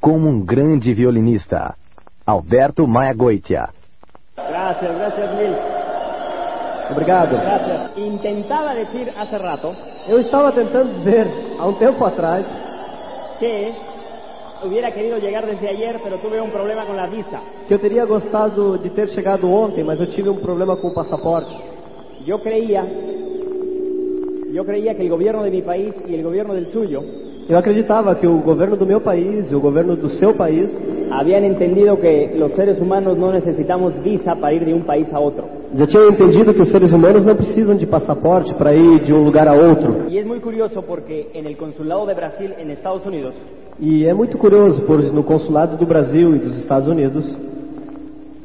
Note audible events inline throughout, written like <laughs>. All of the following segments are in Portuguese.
como um grande violinista. Alberto Maia Goitia. Gracias, gracias mil. Obrigado. Gracias. Intentaba decir hace rato Eu estava tentando dizer, há um tempo atrás, que hubiera querido llegar desde ayer, pero tuve un problema con la visa. que eu teria gostado de ter chegado ontem, mas eu tive um problema com o passaporte. Yo creía, yo creía que el gobierno de mi país y el gobierno del suyo Eu acreditava que o governo do meu país e o governo do seu país habían entendido que los seres humanos no necesitamos visa para ir de un país a otro. já tinham entendido que os seres humanos não precisam de passaporte para ir de um lugar a outro. Y es muy curioso porque en el consulado de Brasil en Estados Unidos E é muito curioso, pois no consulado do Brasil e dos Estados Unidos,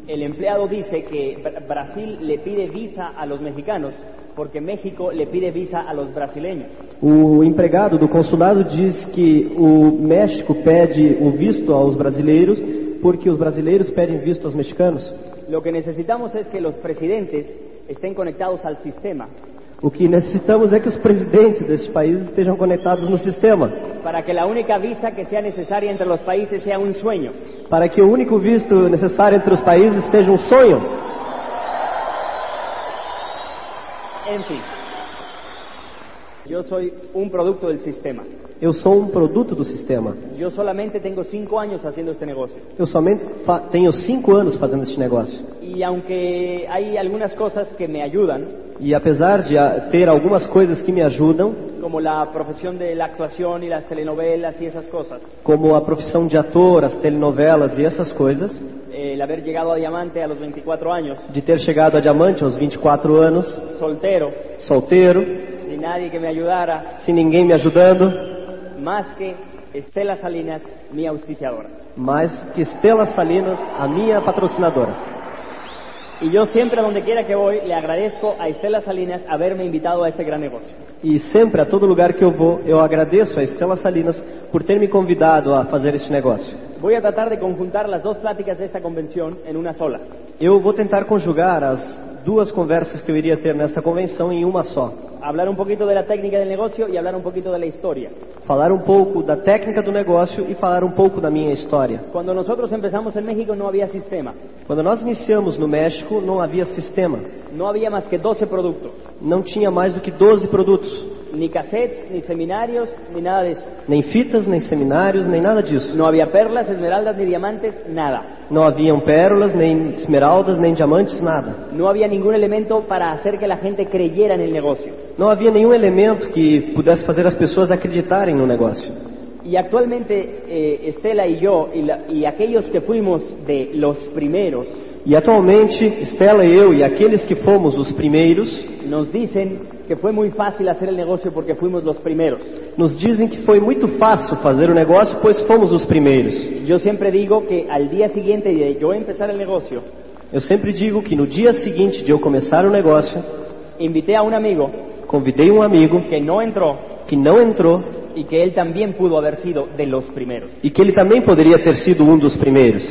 El empleado dice que Br- Brasil le pide visa a los mexicanos porque México le pide visa a los brasileños. o empregado do consulado diz que o México pede o visto aos brasileiros porque os brasileiros pedem visto aos mexicanos. Lo que necesitamos es que los presidentes estén conectados al sistema O que necessitamos é que os presidentes deste país estejam conectados no sistema, para que la única visa que sea necesaria entre los países sea un sueño. para que o único visto necessário entre os países seja um sonho. En fin, yo soy un producto del sistema. Eu sou um produto do sistema. Yo solamente tengo cinco años haciendo este negocio. Eu somente fa- tenho cinco anos fazendo este negócio. Y aunque hay algunas cosas que me ayudan, E apesar de ah, ter algumas coisas que me ajudam, como la profesión de la actuación y las telenovelas y esas cosas, como a profissão de ator, as telenovelas e essas coisas, el haber llegado a Diamante a los 24 años, de ter chegado a diamante aos 24 anos, soltero, solteiro, sin nadie que me ayudara, sem ninguém me ajudando, más que Estela Salinas, mi auspiciadora. mas que Estela Salinas, a minha patrocinadora. Y yo siempre, a donde quiera que voy, le agradezco a Estela Salinas haberme invitado a este gran negocio. E sempre, a todo lugar que eu vou, eu agradeço a Estela Salinas por ter me convidado a fazer este negócio. Voy a tratar de conjuntar las dos pláticas de esta convención en una sola. Eu vou tentar conjugar as duas conversas que eu iria ter nesta convenção em uma só. Hablar un poquito de la técnica del negocio y hablar un poquito de la historia. Falar um pouco da técnica do negócio e falar um pouco da minha história. Cuando nosotros empezamos en México no había sistema, Quando nós iniciamos no México, não havia sistema. no había más que 12 productos, Não tinha mais do que 12 produtos. ni cassettes, ni seminarios, ni nada de eso. Nem fitas, nem seminários, nem nada disso. No había perlas, esmeraldas, ni diamantes, nada. Não haviam pérolas, nem esmeraldas, nem diamantes, nada. No había ningún elemento para hacer que la gente creyera en el negocio. Não havia nenhum elemento que pudesse fazer as pessoas acreditarem no negócio. Y actualmente eh, Estela y yo y, la- y aquellos que fuimos de los primeros E atualmente, Estela e eu e aqueles que fomos os primeiros, nos dicen que fue muy fácil hacer el negocio porque fuimos los primeros. nos dizem que foi muito fácil fazer o negócio, pois fomos os primeiros. Yo siempre digo que al día siguiente de yo empezar el negocio, Eu sempre digo que no dia seguinte de eu começar o negócio, invité a un amigo convidei um amigo que no entró que não entrou y que él también pudo haber sido de los primeros, e que ele também poderia ter sido um dos primeiros,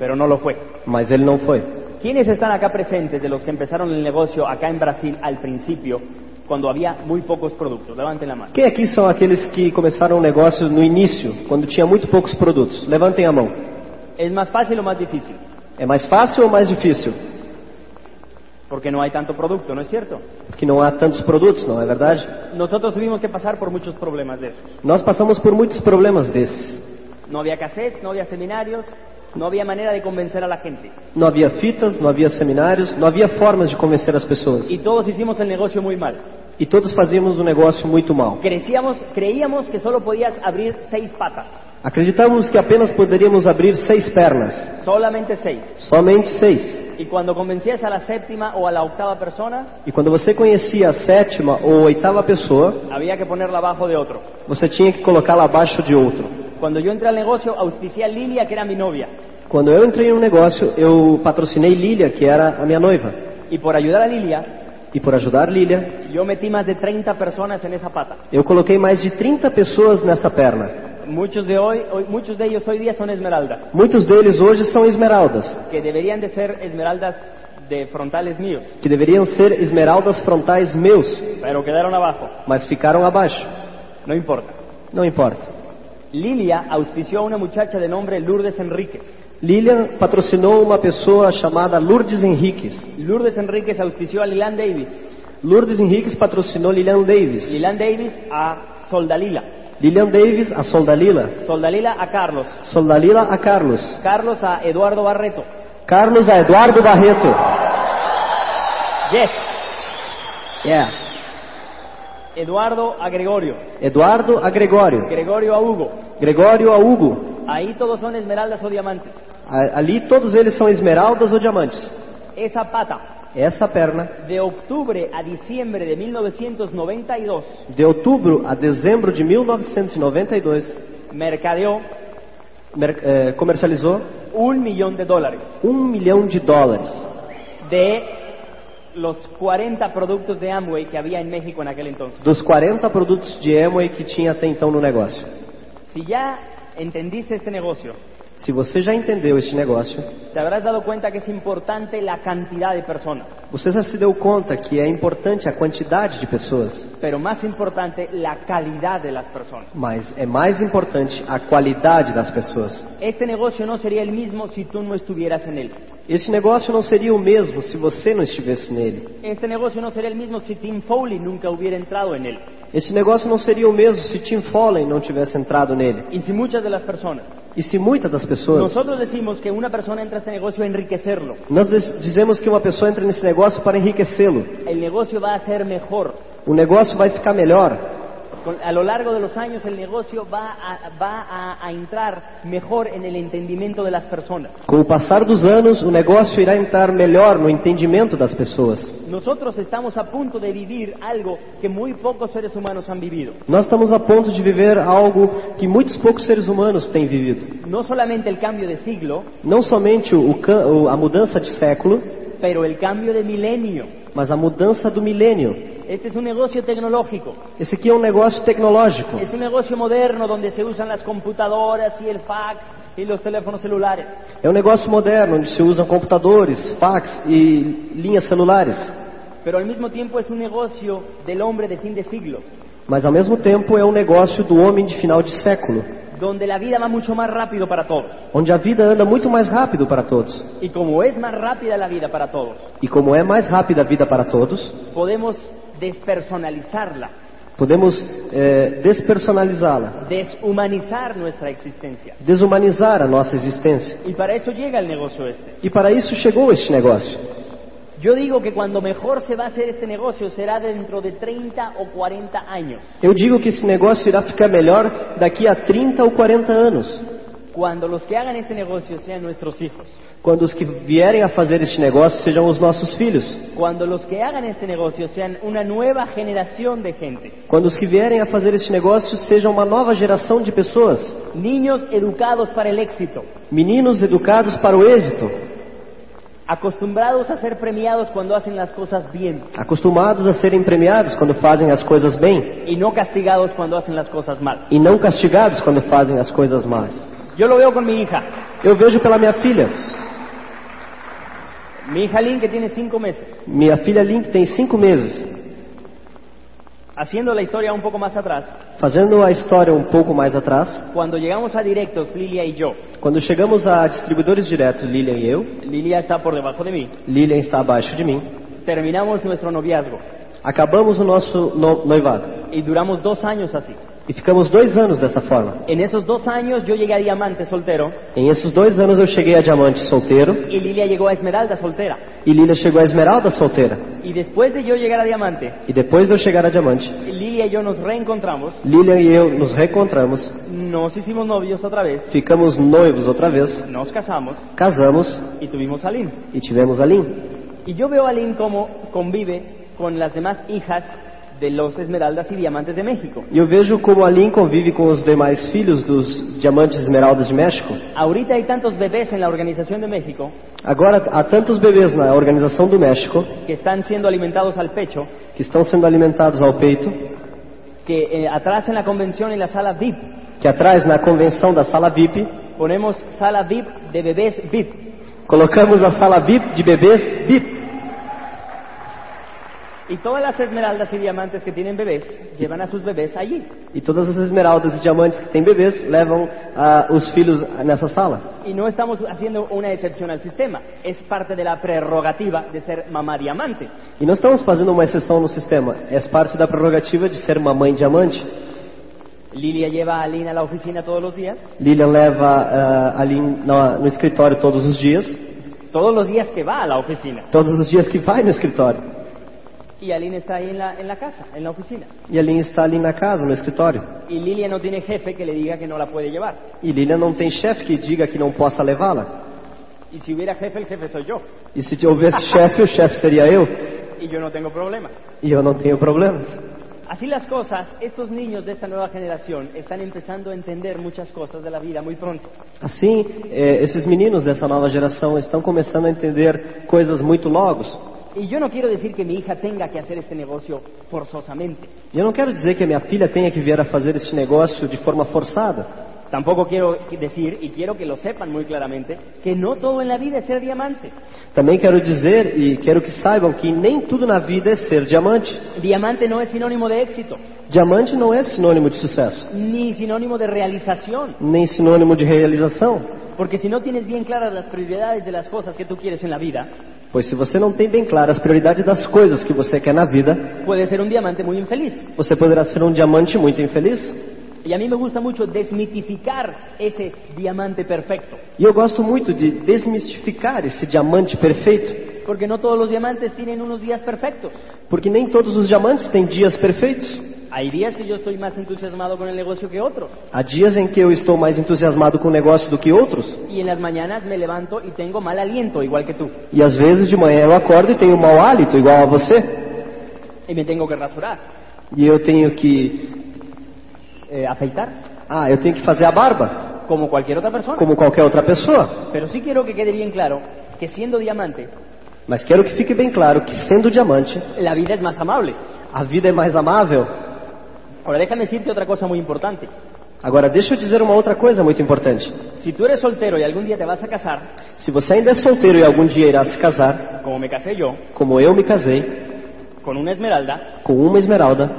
pero no lo fue. mas ele não foi. ¿Quiénes están acá presentes de los que empezaron el negocio acá en Brasil al principio, cuando había muy pocos productos? Levanten la mano. Quem aqui são aqueles que começaram o negócio no início, quando tinha muito poucos produtos? Levantem a mão. ¿Es más fácil o más difícil? É mais fácil ou mais difícil? Porque no hay tanto producto, ¿no es cierto? Porque não há tantos produtos, não é verdade? Nosotros tuvimos que pasar por muchos problemas de esos. Nós passamos por muitos problemas desses. No había cassettes, no había seminarios, no había manera de convencer a la gente. Não havia fitas, não havia seminários, não havia formas de convencer as pessoas. Y todos hicimos el negocio muy mal. E todos fazíamos o negócio muito mal. Crecíamos, creíamos que solo podías abrir seis patas, Acreditávamos que apenas poderíamos abrir seis pernas, solamente seis. somente seis. Y cuando convencías a la séptima o a la octava persona, E quando você conhecia a sétima ou oitava pessoa, había que ponerla abajo de otro. você tinha que colocá-la abaixo de outro. Cuando yo entré al negocio, auspicié a Lilia, que era mi novia. Quando eu entrei no negócio, eu patrocinei Lilia, que era a minha noiva. Y por ayudar a Lilia, E por ajudar Lilia, yo metí más de 30 personas en esa pata. eu coloquei mais de 30 pessoas nessa perna. Muchos de, hoy, hoy- muchos de ellos hoy día son esmeraldas, Muitos deles hoje são esmeraldas, que deberían de ser esmeraldas de frontales míos, que deveriam ser esmeraldas frontais meus, pero quedaron abajo, mas ficaram abaixo. no importa. Não importa. Lilia auspició a una muchacha de nombre Lourdes Enríquez. Lilian patrocinou uma pessoa chamada Lourdes Henriques. Lourdes Enríquez auspició a Lilan Davis. Lourdes Henriques patrocinou Lilian Davis. Lilan Davis a Soldalila. Lilian Davis a Soldalila. Soldalila a Carlos. Soldalila a Carlos. Carlos a Eduardo Barreto. Carlos a Eduardo Barreto. Yes. Yeah. Eduardo a Gregorio. Eduardo a Gregório. Gregorio a Hugo. Gregório a Hugo. Ahí todos son esmeraldas o diamantes. A- Ali todos eles são esmeraldas ou diamantes. Esa pata. Essa perna, De octubre a diciembre de 1992, de outubro a dezembro de 1992, mercadeó mer- eh, comercializou un millón de dólares um milhão de dólares de los 40 productos de Amway que había en México en aquel entonces. dos 40 produtos de Amway que tinha até então no negócio. Si ya entendiste este negocio, Se você já entendeu este negócio, te habrás dado cuenta que es importante la cantidad de personas, você já se deu conta que é importante a quantidade de pessoas, pero más importante la calidad de las personas. mas é mais importante a qualidade das pessoas. Este negocio no sería el mismo si tú no estuvieras en él. Este negócio não seria o mesmo se você não estivesse nele. Este negocio no sería el mismo si Tim Foley nunca hubiera entrado en él. Este negócio não seria o mesmo se Tim Follen não tivesse entrado nele. Y si muchas de las personas. E se muitas das pessoas. Nosotros decimos que una persona entra a este negocio a enriquecerlo. Nós diz- dizemos que uma pessoa entra nesse negócio para enriquecê-lo. El negocio va a ser mejor. O negócio vai ficar melhor. Con- A lo largo de los años el negocio va, a, va a- a entrar mejor en el entendimiento de las personas. Com o passar dos anos, o negócio irá entrar melhor no entendimento das pessoas. Nosotros estamos a punto de vivir algo que muy pocos seres humanos han vivido. Nós estamos a ponto de viver algo que muitos poucos seres humanos têm vivido. No solamente el cambio de siglo, Não somente o ca- o- a mudança de século, pero el cambio de milenio. mas a mudança do milênio. Este es un negocio tecnológico. Esse aqui é um negócio tecnológico. Es un negocio moderno donde se usan las computadoras y el fax y los teléfonos celulares. É um negócio moderno, onde se usam computadores, fax e linhas celulares. Pero al mismo tiempo es un negocio del hombre de fin de siglo, Mas ao mesmo tempo é um negócio do homem de final de século, donde la vida va mucho más rápido para todos. onde a vida anda muito mais rápido para todos. Y como es más rápida la vida para todos, E como é mais rápida a vida para todos, podemos despersonalizarla, podemos eh, despersonalizá-la, deshumanizar nuestra existencia. desumanizar a nossa existência. Y para eso llega el negocio este. E para isso chegou este negócio. Yo digo que cuando mejor se va a hacer este negocio será dentro de 30 o 40 años, Eu digo que esse negócio irá ficar melhor daqui a 30 ou 40 anos, cuando los que hagan este negocio sean nuestros hijos. quando os que vierem a fazer este negócio sejam os nossos filhos. Cuando los que hagan este negocio sean una nueva generación de gente, Quando os que vierem a fazer este negócio sejam uma nova geração de pessoas, niños educados para el éxito, meninos educados para o êxito, acostumbrados a ser premiados cuando hacen las cosas bien acostumados a serem premiados quando fazem as coisas bem y no castigados cuando hacen las cosas mal. e não castigados quando fazem as coisas más. Yo lo veo con mi hija, Eu vejo pela minha filha. mi hija Lynn que tiene cinco meses, Minha filha Link tem cinco meses. haciendo la historia un poco más atrás, Fazendo a história um pouco mais atrás, cuando llegamos a directos Lilia y yo, quando chegamos a distribuidores diretos, Lilian e eu, Lilia está por debajo de mí, Lilian está abaixo de mim, terminamos nuestro noviazgo acabamos o nosso no- noivado y duramos dos años así. e ficamos dois anos dessa forma. En esos dos años yo llegué a Diamante soltero Em esses dois anos eu cheguei a diamante solteiro y Lilia llegó a Esmeralda soltera. e Lilian chegou a esmeralda solteira. Y después de yo llegar a Diamante, E depois de eu chegar a diamante, Lilia y yo nos reencontramos, Lilian e eu nos reencontramos, nos hicimos novios otra vez, ficamos noivos outra vez, nos casamos casamos y tuvimos a Lynn. e tivemos a Lin. Y yo veo a Lynn como convive con las demás hijas de los Esmeraldas y Diamantes de México. E eu vejo como a Lin convive com os demais filhos dos diamantes e esmeraldas de México. Ahorita hay tantos bebés en la Organización de México Agora há tantos bebês na Organização do México que están siendo alimentados al pecho que estão sendo alimentados ao peito, que eh, atrás en la convención en la sala VIP que atrás na convenção da sala VIP ponemos sala VIP de bebés VIP. colocamos a sala VIP de bebês VIP. Y Y todas las esmeraldas y diamantes que tienen bebés llevan a sus bebés allí. E todas as esmeraldas e diamantes que têm bebês levam ah, os filhos nessa sala. Y no estamos haciendo una excepción al sistema. Es parte de la prerrogativa de ser mamá diamante. E não estamos fazendo uma exceção no sistema, é parte da prerrogativa de ser uma mãe diamante. Lilia lleva a Lina a la oficina todos los días. Lilian leva ah, ali na- no escritório todos os dias, Todos los días que va a la oficina. todos os dias que vai no escritório. Y Alina está ahí en la, en la casa, en la oficina. E a Lilian está ali na casa, no escritório. Y Lilia no tiene jefe que le diga que no la puede llevar. E Lilian não tem chefe que diga que não possa levá-la. Y si hubiera jefe, el jefe soy yo. E se houvesse <laughs> chefe, o chefe seria eu. Y yo no tengo problema. E eu não tenho problemas. Así las cosas, estos niños de esta nueva generación están empezando a entender muchas cosas de la vida muy pronto. Assim, eh, esses meninos dessa nova geração estão começando a entender coisas muito logo. Y yo no quiero decir que mi hija tenga que hacer este negocio forzosamente. E eu não quero dizer que a minha filha tenha que vir a fazer este negócio de forma forçada. Tampoco quiero decir, y quiero que lo sepan muy claramente, que no todo en la vida es ser diamante. Também quero dizer e quero que saibam que nem tudo na vida é ser diamante. Diamante no es sinónimo de éxito, Diamante não é sinônimo de sucesso, ni sinónimo de realización, nem sinônimo de realização. porque si no tienes bien claras las prioridades de las cosas que tú quieres en la vida, Pois se você não tem bem claras as prioridades das coisas que você quer na vida, puedes ser un diamante muy infeliz. você poderá ser um diamante muito infeliz. Y a mí me gusta mucho desmitificar ese diamante perfecto, E eu gosto muito de desmistificar esse diamante perfeito. porque no todos los diamantes tienen unos días perfectos. Porque nem todos os diamantes têm dias perfeitos. Hay días que yo estoy más entusiasmado con el negocio que otros, Há dias em que eu estou mais entusiasmado com o negócio do que outros. y en las mañanas me levanto y tengo mal aliento, igual que tú, E às vezes de manhã eu acordo e tenho um mau hálito, igual a você. y me tengo que rasurar, E eu tenho que. eh, afeitar, Ah, eu tenho que fazer a barba, como cualquier otra persona. como qualquer outra pessoa. Pero sí quiero que quede bien claro que siendo diamante, Mas quero que fique bem claro que, sendo diamante, la vida es más amable. a vida é mais amável. Ahora déjame decirte otra cosa muy importante. Agora, deixa eu dizer uma outra coisa muito importante. Si tú eres soltero y algún día te vas a casar, Se você ainda é solteiro e algum dia irá se casar, como me casé yo, como eu me casei, con una esmeralda, com uma esmeralda,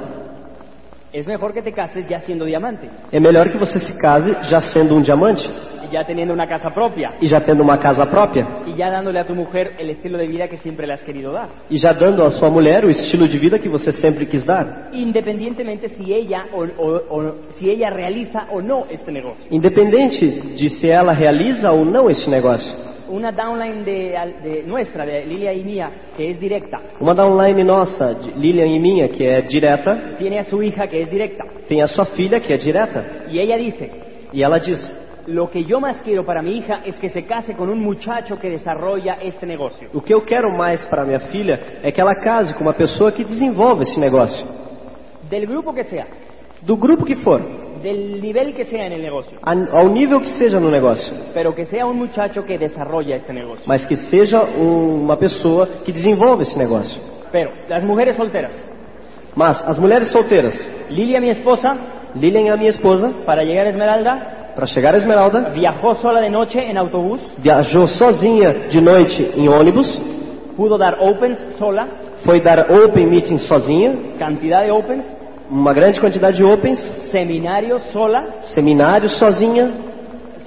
es mejor que te cases ya siendo diamante, é melhor que você se case já sendo um diamante y ya teniendo una casa propia, e já tendo uma casa própria. y ya dándole a tu mujer el estilo de vida que siempre le has querido dar. e já dando à sua mulher o estilo de vida que você sempre quis dar, Independientemente si ella, o, o- o- si ella realiza o no este negocio. independente de se ela realiza ou não este negócio. Una downline de, al- de nuestra, de Lilia y mía, que es directa, Uma da online nossa, de Lilian e minha, que é direta, tiene a su hija que es directa, tem a sua filha que é direta, y ella dice, e ela diz: Lo que yo más quiero para mi hija es que se case con un muchacho que desarrolla este negocio. "O que eu quero mais para minha filha é que ela case com uma pessoa que desenvolve esse negócio, Del grupo que sea, do grupo que for, del nivel que sea en el negocio, a- ao nível que seja no negócio, pero que sea un muchacho que desarrolla este negocio. mas que seja um- uma pessoa que desenvolve esse negócio." Pero, las mujeres solteras. Mas as mulheres solteiras, Lilia, mi esposa, Lilian é a minha esposa, para llegar a Esmeralda, para chegar à Esmeralda, viajó sola de noche en autobús, viajou sozinha de noite em ônibus, pudo dar opens sola, foi dar open meeting sozinha, cantidad de opens, uma grande quantidade de opens, seminarios sola, seminário sozinha,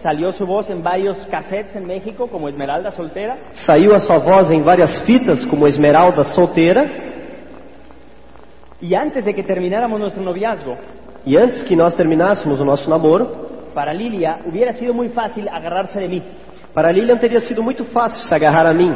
salió su voz en varios cassettes en México como Esmeralda soltera, saiu a sua voz em várias fitas como Esmeralda solteira, y antes de que termináramos nuestro noviazgo, e antes que nós terminássemos o nosso namoro, Para Lilia hubiera sido muy fácil agarrarse de mí. para Lilian teria sido muito fácil se agarrar a mim.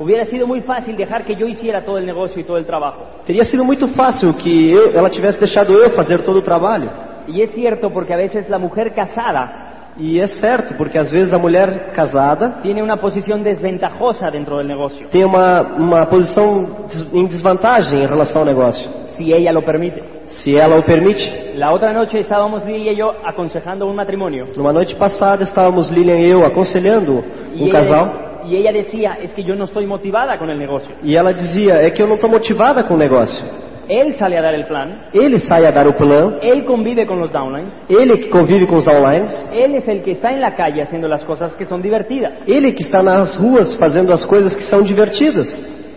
Hubiera sido muy fácil dejar que yo hiciera todo el negocio y todo el trabajo. Teria sido muito fácil que eu- ela tivesse deixado eu fazer todo o trabalho. Y es cierto porque a veces la mujer casada E é certo, porque às vezes a mulher casada tiene una posición desventajosa dentro del negocio, tem uma, uma posição des- em desvantagem em relação ao negócio, si ella lo permite. se ela o permite. La otra noche estábamos Lilia y yo aconsejando un matrimonio. Numa noite passada estávamos Lilian e eu aconselhando Y um casal ella, y ella decía, es que yo no estoy motivada con el negocio. e ela dizia: é que eu não estou motivada com o negócio. Él sale a dar el plan, Ele sai a dar o plano, él convive con los downlines, ele que convive com os downlines, él es el que está en la calle haciendo las cosas que son divertidas. ele que está nas ruas fazendo as coisas que são divertidas.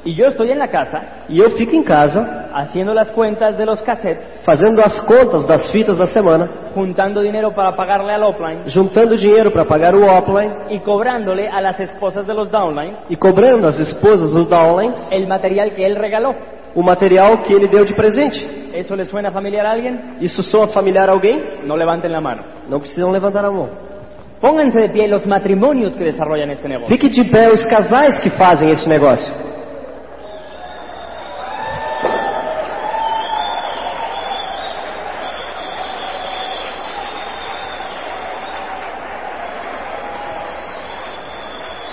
Y yo estoy en la casa E eu fico em casa, haciendo las cuentas de los cassettes, fazendo as contas das fitas da semana, juntando dinero para pagarle al offline juntando dinheiro para pagar o offline y cobrándole a las esposas de los downlines e cobrando às esposas dos downlines el material que él regaló. o material que ele deu de presente. ¿Eso le suena familiar a alguien? Isso soa familiar a alguém? No levanten la mano. Não precisam levantar a mão. Pónganse de pie los matrimonios que desarrollan este negocio. Fique de pé os casais que fazem esse negócio.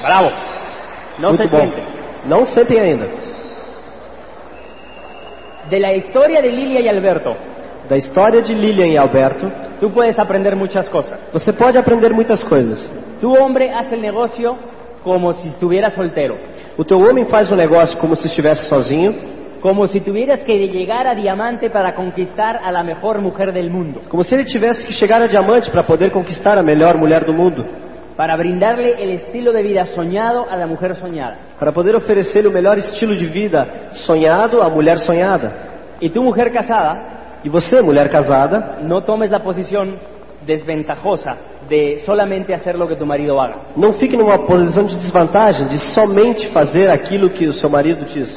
Bravo. No Muito se bom. sienten. Não sentem ainda. De la historia de Lilia y Alberto, Da história de Lilian e Alberto, tú puedes aprender muchas cosas. você pode aprender muitas coisas. Tu hombre hace el negocio como si estuviera soltero, O teu homem faz o negócio como se estivesse sozinho, como si tuvieras que llegar a diamante para conquistar a la mejor mujer del mundo, como se ele tivesse que chegar a diamante para poder conquistar a melhor mulher do mundo, para brindarle el estilo de vida soñado a la mujer soñada. para poder oferecer o melhor estilo de vida sonhado à mulher sonhada. Y tu mujer casada, E você, mulher casada, no tomes la posición desventajosa de solamente hacer lo que tu marido haga. não fique numa posição de desvantagem de somente fazer aquilo que o seu marido diz.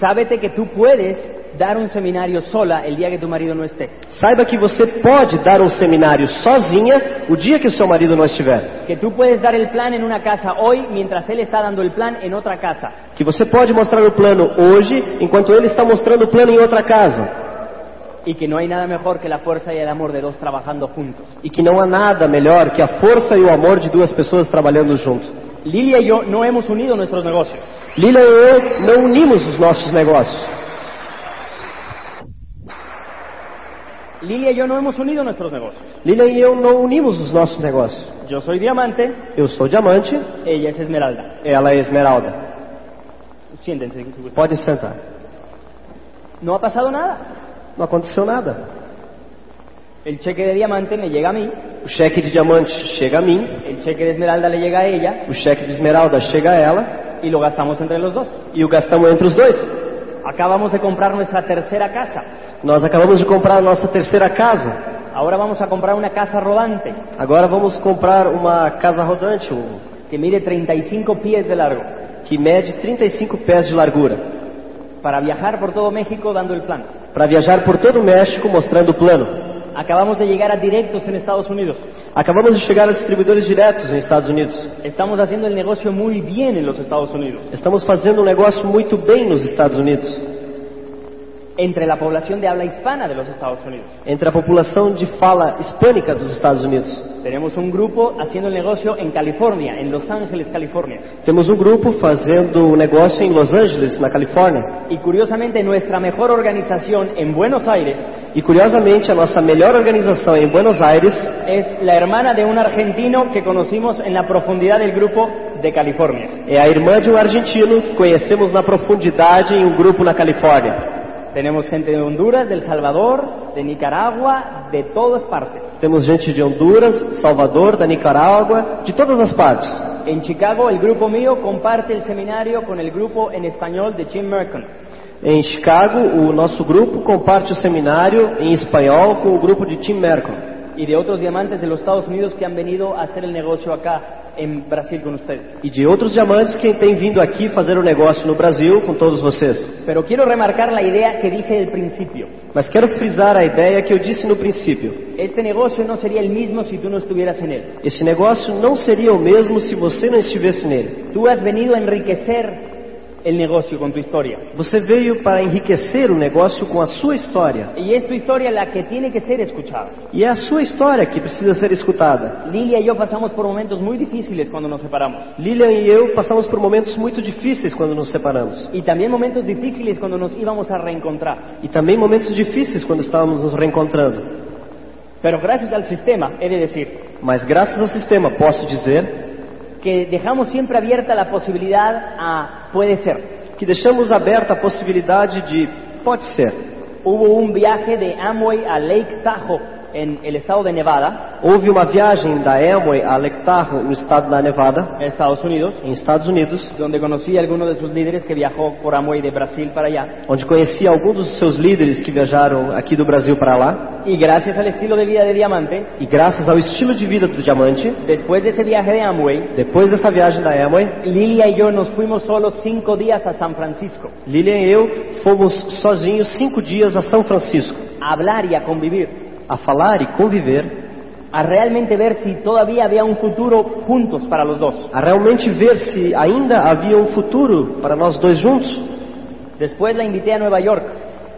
Sábete que tú puedes dar un seminario sola el día que tu marido no esté, Saiba que você pode dar um seminário sozinha o dia que o seu marido não estiver. que tú puedes dar el plan en una casa hoy mientras él está dando el plan en otra casa. Que você pode mostrar o plano hoje, enquanto ele está mostrando o plano em outra casa. y que no hay nada mejor que la fuerza y el amor de dos trabajando juntos. E que não há nada melhor que a força e o amor de duas pessoas trabalhando junto. Lilia y yo no hemos unido nuestros negocios. Lila e eu não unimos os nossos negócios. Lilia y yo no hemos unido nuestros negocios. Lila e eu não unimos os nossos negócios. Yo soy diamante, Eu sou diamante, ella es esmeralda. ela é esmeralda. Siéntense. si gustan. Pode sentar. No ha pasado nada. Não aconteceu nada. El cheque de diamante me llega a mí, O cheque de diamante chega a mim, el cheque de esmeralda le llega a ella o cheque de esmeralda chega a ela y lo gastamos entre los dos. e o gastamos entre os dois. Acabamos de comprar nuestra tercera casa. Nós acabamos de comprar a nossa terceira casa. Ahora vamos a comprar una casa rodante Agora vamos comprar uma casa rodante um, que mide 35 pies de largo que mede 35 pés de largura para viajar por todo México dando el plan. para viajar por todo o México mostrando o plano. Acabamos de llegar a directos en Estados Unidos. Acabamos de chegar a distribuidores diretos nos Estados Unidos. Estamos haciendo el negocio muy bien en los Estados Unidos. Estamos fazendo um negócio muito bem nos Estados Unidos, Entre la población de habla hispana de los Estados Unidos. entre a população de fala hispânica dos Estados Unidos. Tenemos un grupo haciendo el negocio en California, en Los Ángeles, California. Temos um grupo fazendo o negócio em Los Angeles, na Califórnia. Y curiosamente nuestra mejor organización en Buenos Aires E curiosamente, a nossa melhor organização em Buenos Aires es la hermana de un argentino que conocimos en la profundidad del grupo de California. É a irmã de um argentino que conhecemos na profundidade em um grupo na Califórnia. Tenemos gente de Honduras, del Salvador, de Nicaragua, de todas partes. Temos gente de Honduras, Salvador, da Nicarágua, de todas as partes. En Chicago el grupo mío comparte el seminario con el grupo en español de Jim Merkin. Em Chicago, o nosso grupo comparte o seminário em espanhol com o grupo de Tim Merkel y de otros diamantes de los Estados Unidos que han venido a hacer el negocio acá en Brasil con ustedes. e de outros diamantes que têm vindo aqui fazer o negócio no Brasil com todos vocês. Pero quiero remarcar la idea que dije al principio. Mas quero frisar a ideia que eu disse no princípio. Este negocio no sería el mismo si tú no estuvieras en él. Esse negócio não seria o mesmo se você não estivesse nele. Tú has venido a enriquecer el negocio con tu historia. Você veio para enriquecer o negócio com a sua história. Y es tu historia la que tiene que ser escuchada. E é a sua história que precisa ser escutada. Lilia y yo pasamos por momentos muy difíciles cuando nos separamos. Lilian e eu passamos por momentos muito difíceis quando nos separamos. Y también momentos difíciles cuando nos íbamos a reencontrar. E também momentos difíceis quando estávamos nos reencontrando. Pero gracias al sistema, he de decir, Mas graças ao sistema, posso dizer que dejamos siempre abierta la posibilidad a puede ser. que deixamos aberta a possibilidade de pode ser. Hubo un viaje de Amway a Lake Tahoe en el estado de Nevada, Houve uma viagem da Amway a Lectar, no estado da Nevada, en Estados Unidos, em Estados Unidos, donde conocí a alguno de sus líderes que viajó por Amway de Brasil para allá. onde conheci alguns dos seus líderes que viajaram aqui do Brasil para lá. Y gracias al estilo de vida de Diamante, E graças ao estilo de vida do Diamante, después de ese viaje de Amway, depois dessa viagem da Amway, Lilia y yo nos fuimos solo cinco días a San Francisco Lilian e eu fomos sozinhos cinco dias a São Francisco a hablar y a convivir, a falar e conviver, a realmente ver si todavía había un futuro juntos para los dos. a realmente ver se ainda havia um futuro para nós dois juntos. Después la invité a Nueva York.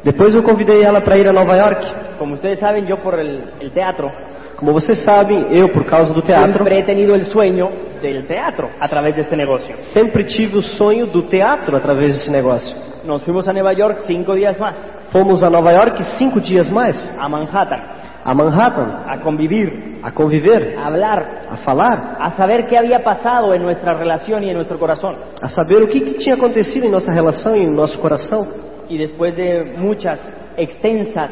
Depois eu convidei ela para ir a Nova York. Como ustedes saben, yo por el, el teatro, Como vocês sabem, eu, por causa do teatro, siempre he tenido el sueño del teatro a través de este negocio. sempre tive o sonho do teatro através desse negócio. Nos fuimos a Nueva York cinco días más, Fomos a Nova York cinco dias mais, a Manhattan, a Manhattan, a convivir, a conviver, a hablar, a falar, a saber qué había pasado en nuestra relación y en nuestro corazón. a saber o que, que tinha acontecido em nossa relação e em nosso coração. Y después de muchas extensas,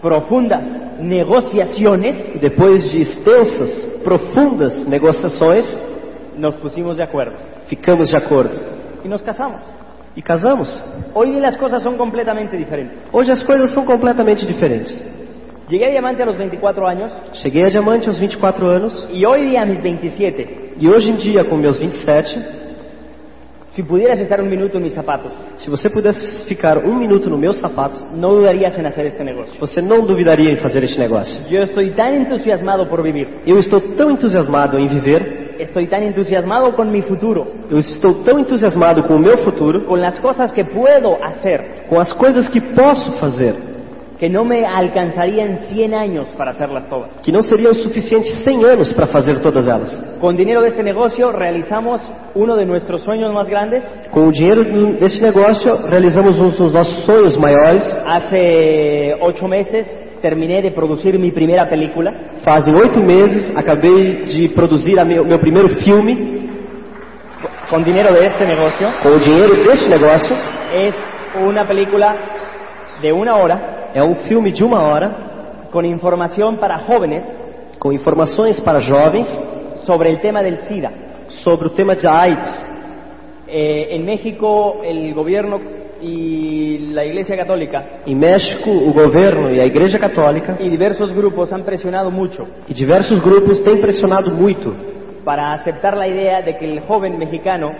profundas negociaciones, E depois de extensas, profundas negociações, nos pusimos de acuerdo ficamos de acordo y nos casamos. e casamos. Hoy día las cosas son completamente diferentes. Hoje as coisas são completamente diferentes. Llegué a Diamante a los 24 años Cheguei a diamante aos 24 anos y hoy día a mis 27, e hoje em dia, com meus 27, si pudieras estar un minuto en mis zapatos, se você pudesse ficar um minuto no meu sapato, no dudarías en hacer este negocio. você não duvidaria em fazer este negócio. Yo estoy tan entusiasmado por vivir, Eu estou tão entusiasmado em viver, estoy tan entusiasmado con mi futuro, eu estou tão entusiasmado com o meu futuro, con las cosas que puedo hacer, com as coisas que posso fazer, que no me alcanzaría en 100 años para hacerlas todas. que não seriam suficientes 100 anos para fazer todas elas. Con dinero de este negocio realizamos uno de nuestros sueños más grandes. Com o dinheiro do- deste negócio, realizamos um dos nossos sonhos maiores. Hace ocho meses terminé de producir mi primera película. Fazem oito meses, acabei de produzir o meu, meu primeiro filme Con dinero de este negocio com o dinheiro deste negócio. es una película de una hora É um filme de uma hora, con información para jóvenes com informações para jovens sobre el tema del SIDA. sobre o tema de AIDS. Eh, en México el gobierno y la Iglesia Católica Em México, o governo e a Igreja Católica y diversos grupos han presionado mucho e diversos grupos têm pressionado muito para aceptar la idea de que el joven mexicano,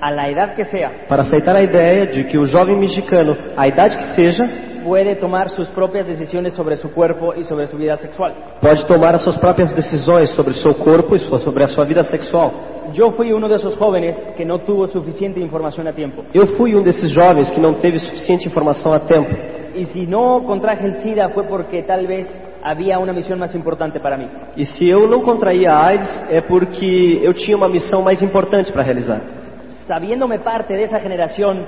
a la edad que sea, para aceitar a ideia de que o jovem mexicano, à idade que seja, puede tomar sus propias decisiones sobre su cuerpo y sobre su vida sexual. pode tomar as suas próprias decisões sobre o seu corpo e sua- sobre a sua vida sexual. Yo fui uno de esos jóvenes que no tuvo suficiente información a tiempo. Eu fui um desses jovens que não teve suficiente informação a tempo. Y si no contraje el SIDA fue porque tal vez había una misión más importante para mí. E se eu não contraí a AIDS é porque eu tinha uma missão mais importante para realizar. Sabiéndome parte de esa generación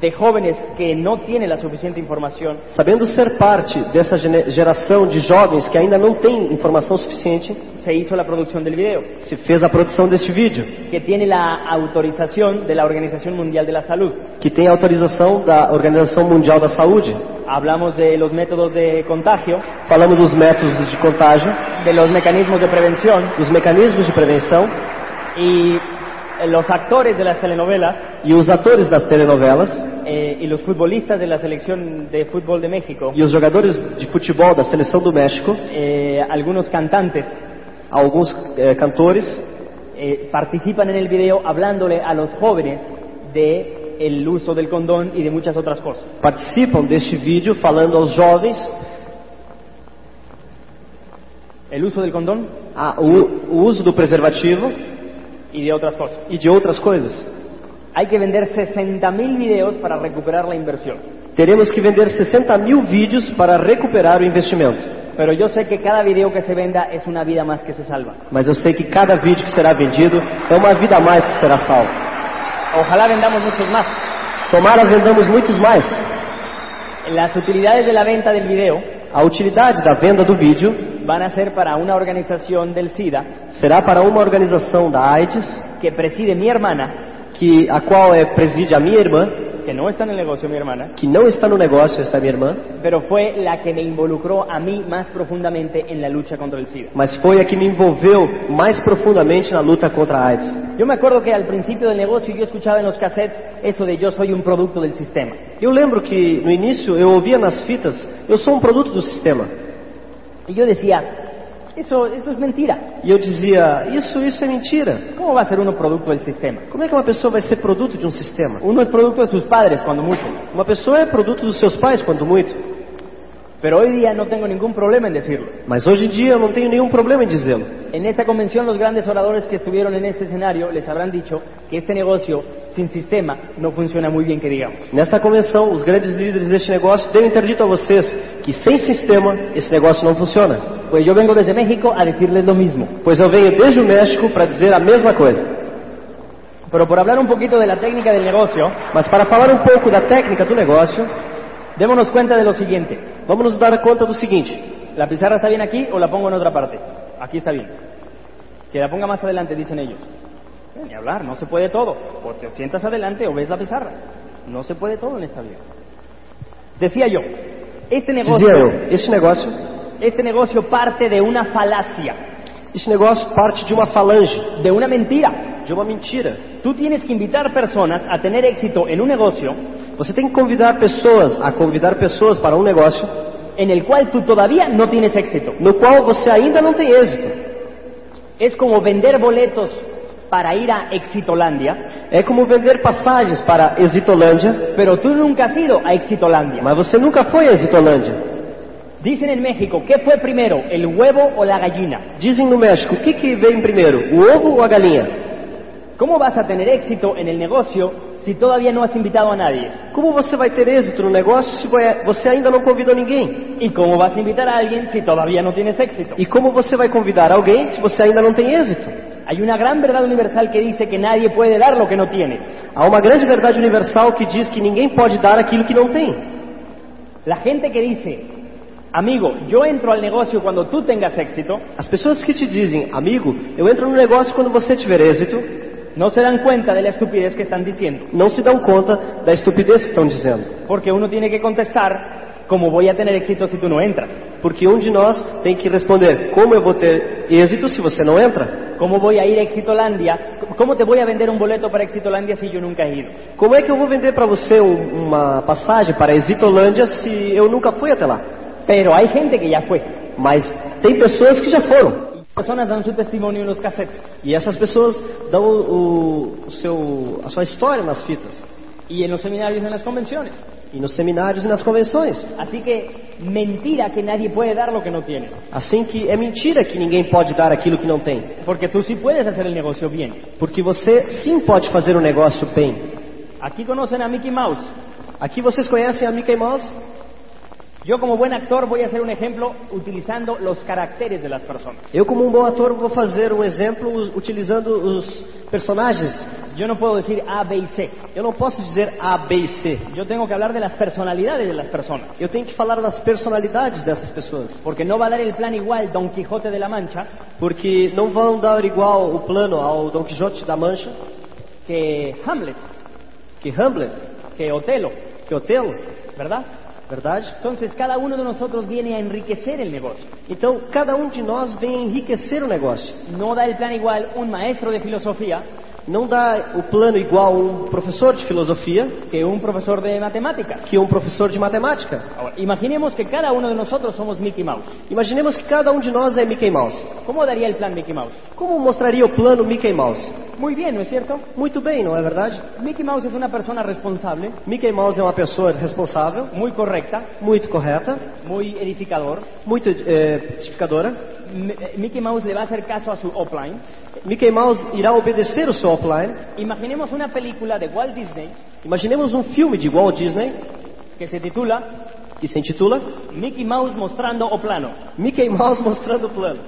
de jóvenes que no tiene la suficiente información, Sabendo ser parte dessa gene- geração de jovens que ainda não tem informação suficiente, se hizo la producción del video, se fez a produção deste vídeo, que tiene la autorización de la Organización Mundial de la Salud. que tem autorização da Organização Mundial da Saúde. Hablamos de los métodos de contagio, Falamos dos métodos de contágio, de los mecanismos de prevención dos mecanismos de prevenção y eh, los actores de las telenovelas e os atores das telenovelas eh, y los futbolistas de la selección de fútbol de México e os jogadores de futebol da Seleção do México, eh, algunos cantantes alguns eh, cantores, eh, participan en el video hablándole a los jóvenes de el uso del condón y de muchas otras cosas. participam deste vídeo falando aos jovens El uso del condón a- o, o uso do preservativo y de otras cosas. e de outras coisas. Hay que vender 60.000 videos para recuperar la inversión. Teremos que vender 60 mil vídeos para recuperar o investimento. Pero yo sé que cada video que se venda es una vida más que se salva. Mas eu sei que cada vídeo que será vendido é uma vida a mais que será salva. Ojalá vendamos muchos más. Tomara vendamos muitos mais. Las utilidades de la venta del video A utilidade da venda do vídeo van a ser para una organización del SIDA será para uma organização da AIDS que preside mi hermana que a qual é preside a minha irmã que no está en el negocio, mi hermana, que não está no negócio, está minha irmã, pero fue la que me involucró a mí más profundamente en la lucha contra el SIDA. mas foi a que me envolveu mais profundamente na luta contra a AIDS. Yo me acuerdo que al principio del negocio yo escuchaba en los cassettes eso de yo soy un producto del sistema. Eu lembro que no início eu ouvia nas fitas, eu sou um produto do sistema. Y yo decía, eso, eso es mentira. E eu dizia, isso, isso é mentira. ¿Cómo va a ser uno producto del sistema? Como é que uma pessoa vai ser produto de um sistema? Uno es producto de sus padres, cuando mucho. Uma pessoa é produto dos seus pais, quanto muito. Pero hoy día no tengo ningún problema en decirlo. Mas hoje em dia eu não tenho nenhum problema em dizê-lo. En esta convención los grandes oradores que estuvieron en este escenario les habrán dicho que este negocio sin sistema no funciona muy bien, que digamos. Nesta convenção, os grandes líderes deste negócio devem ter dito a vocês que sem sistema esse negócio não funciona. Pues yo vengo desde México a decirles lo mismo. Pois eu venho desde o México para dizer a mesma coisa. Pero por hablar un poquito de la técnica del negocio, Mas para falar um pouco da técnica do negócio, démonos cuenta de lo siguiente. vamos nos dar conta do seguinte: ¿La pizarra está bien aquí o la pongo en otra parte? Aquí está bien. Que la ponga más adelante, dicen ellos. Eh, Ni hablar, no se puede todo. O te sientas adelante o ves la pizarra. No se puede todo en esta vida. Decía yo, este negocio, dizia eu, este negócio, este negocio parte de una falacia, este negócio parte de uma falange, de una mentira. de uma mentira. Tú tienes que invitar personas a tener éxito en un negocio Você tem que convidar pessoas a convidar pessoas para um negócio en el cual tú todavía no tienes éxito. no qual você ainda não tem êxito. Es como vender boletos para ir a Exitolandia É como vender passagens para Exitolândia, Pero tú nunca has ido a Exitolandia. mas você nunca foi a Exitolândia. Dicen en México, ¿qué fue primero, el huevo o la gallina? Dizem no México, o que, que vem primeiro, o ovo ou a galinha? ¿Cómo vas a tener éxito en el negocio si todavía no has invitado a nadie? Como você vai ter êxito no negócio se vai- você ainda não convidou ninguém? ¿Y cómo vas a invitar a alguien si todavía no tienes éxito? E como você vai convidar alguém se você ainda não tem êxito? Hay una gran verdad universal que dice que nadie puede dar lo que no tiene. Há uma grande verdade universal que diz que ninguém pode dar aquilo que não tem. La gente que dice, amigo, yo entro al negocio cuando tú tengas éxito, As pessoas que te dizem, amigo, eu entro no negócio quando você tiver êxito, no se dan cuenta de la estupidez que están diciendo. não se dão conta da estupidez que estão dizendo. Porque uno tiene que contestar, ¿cómo voy a tener éxito si tú no entras? Porque um de nós tem que responder, como eu vou ter êxito se você não entra? ¿Cómo voy a ir a Exitolandia? ¿Cómo te voy a vender un boleto para Exitolandia si yo nunca he ido? Como é que eu vou vender para você um- uma passagem para Exitolândia se eu nunca fui até lá? Pero hay gente que ya fue. Mas tem pessoas que já foram. Y personas dan su testimonio en los cassettes. E essas pessoas dão o, o seu, a sua história nas fitas. Y en los seminarios, en las convenciones. E nos seminários e nas convenções. Así que mentira que nadie puede dar lo que no tiene. Assim que é mentira que ninguém pode dar aquilo que não tem. Porque tú sí puedes hacer el negocio bien. Porque você sim pode fazer um negócio bem. Aquí conocen a Mickey Mouse. Aqui vocês conhecem a Mickey Mouse? Yo como buen actor voy a hacer un ejemplo utilizando los caracteres de las personas. Eu, como um bom ator, vou fazer um exemplo us- utilizando os personagens. Yo no puedo decir A, B y C. Eu não posso dizer A, B e C. Yo tengo que hablar de las personalidades de las personas. Eu tenho que falar das personalidades dessas pessoas. Porque no va a dar el plan igual Don Quijote de la Mancha Porque não vão dar igual o plano ao Dom Quixote da Mancha que Hamlet, que Hamlet, que Otelo, que Otelo, ¿verdad? verdade? Entonces cada uno de nosotros viene a enriquecer el negocio. Então, cada um de nós vem enriquecer o negócio. No da el plan igual un maestro de filosofía Não dá o plano igual um professor de filosofia que un profesor de matemáticas. que um professor de matemática. Ahora, imaginemos que cada uno de nosotros somos Mickey Mouse. Imaginemos que cada um de nós é Mickey Mouse. ¿Cómo daría el plan Mickey Mouse? Como mostraria o plano Mickey Mouse? Muy bien, ¿no es cierto? Muito bem, não é verdade? Mickey Mouse es una persona responsable, Mickey Mouse é uma pessoa responsável, muy correcta, muito correta, muy edificador. muito eh, edificadora. M- eh, Mickey Mouse le va a hacer caso a su offline. Mickey Mouse irá obedecer o seu offline. Imaginemos una película de Walt Disney Imaginemos um filme de Walt Disney que se titula que se intitula Mickey Mouse mostrando o plano. Mickey Mouse <laughs> mostrando o plano.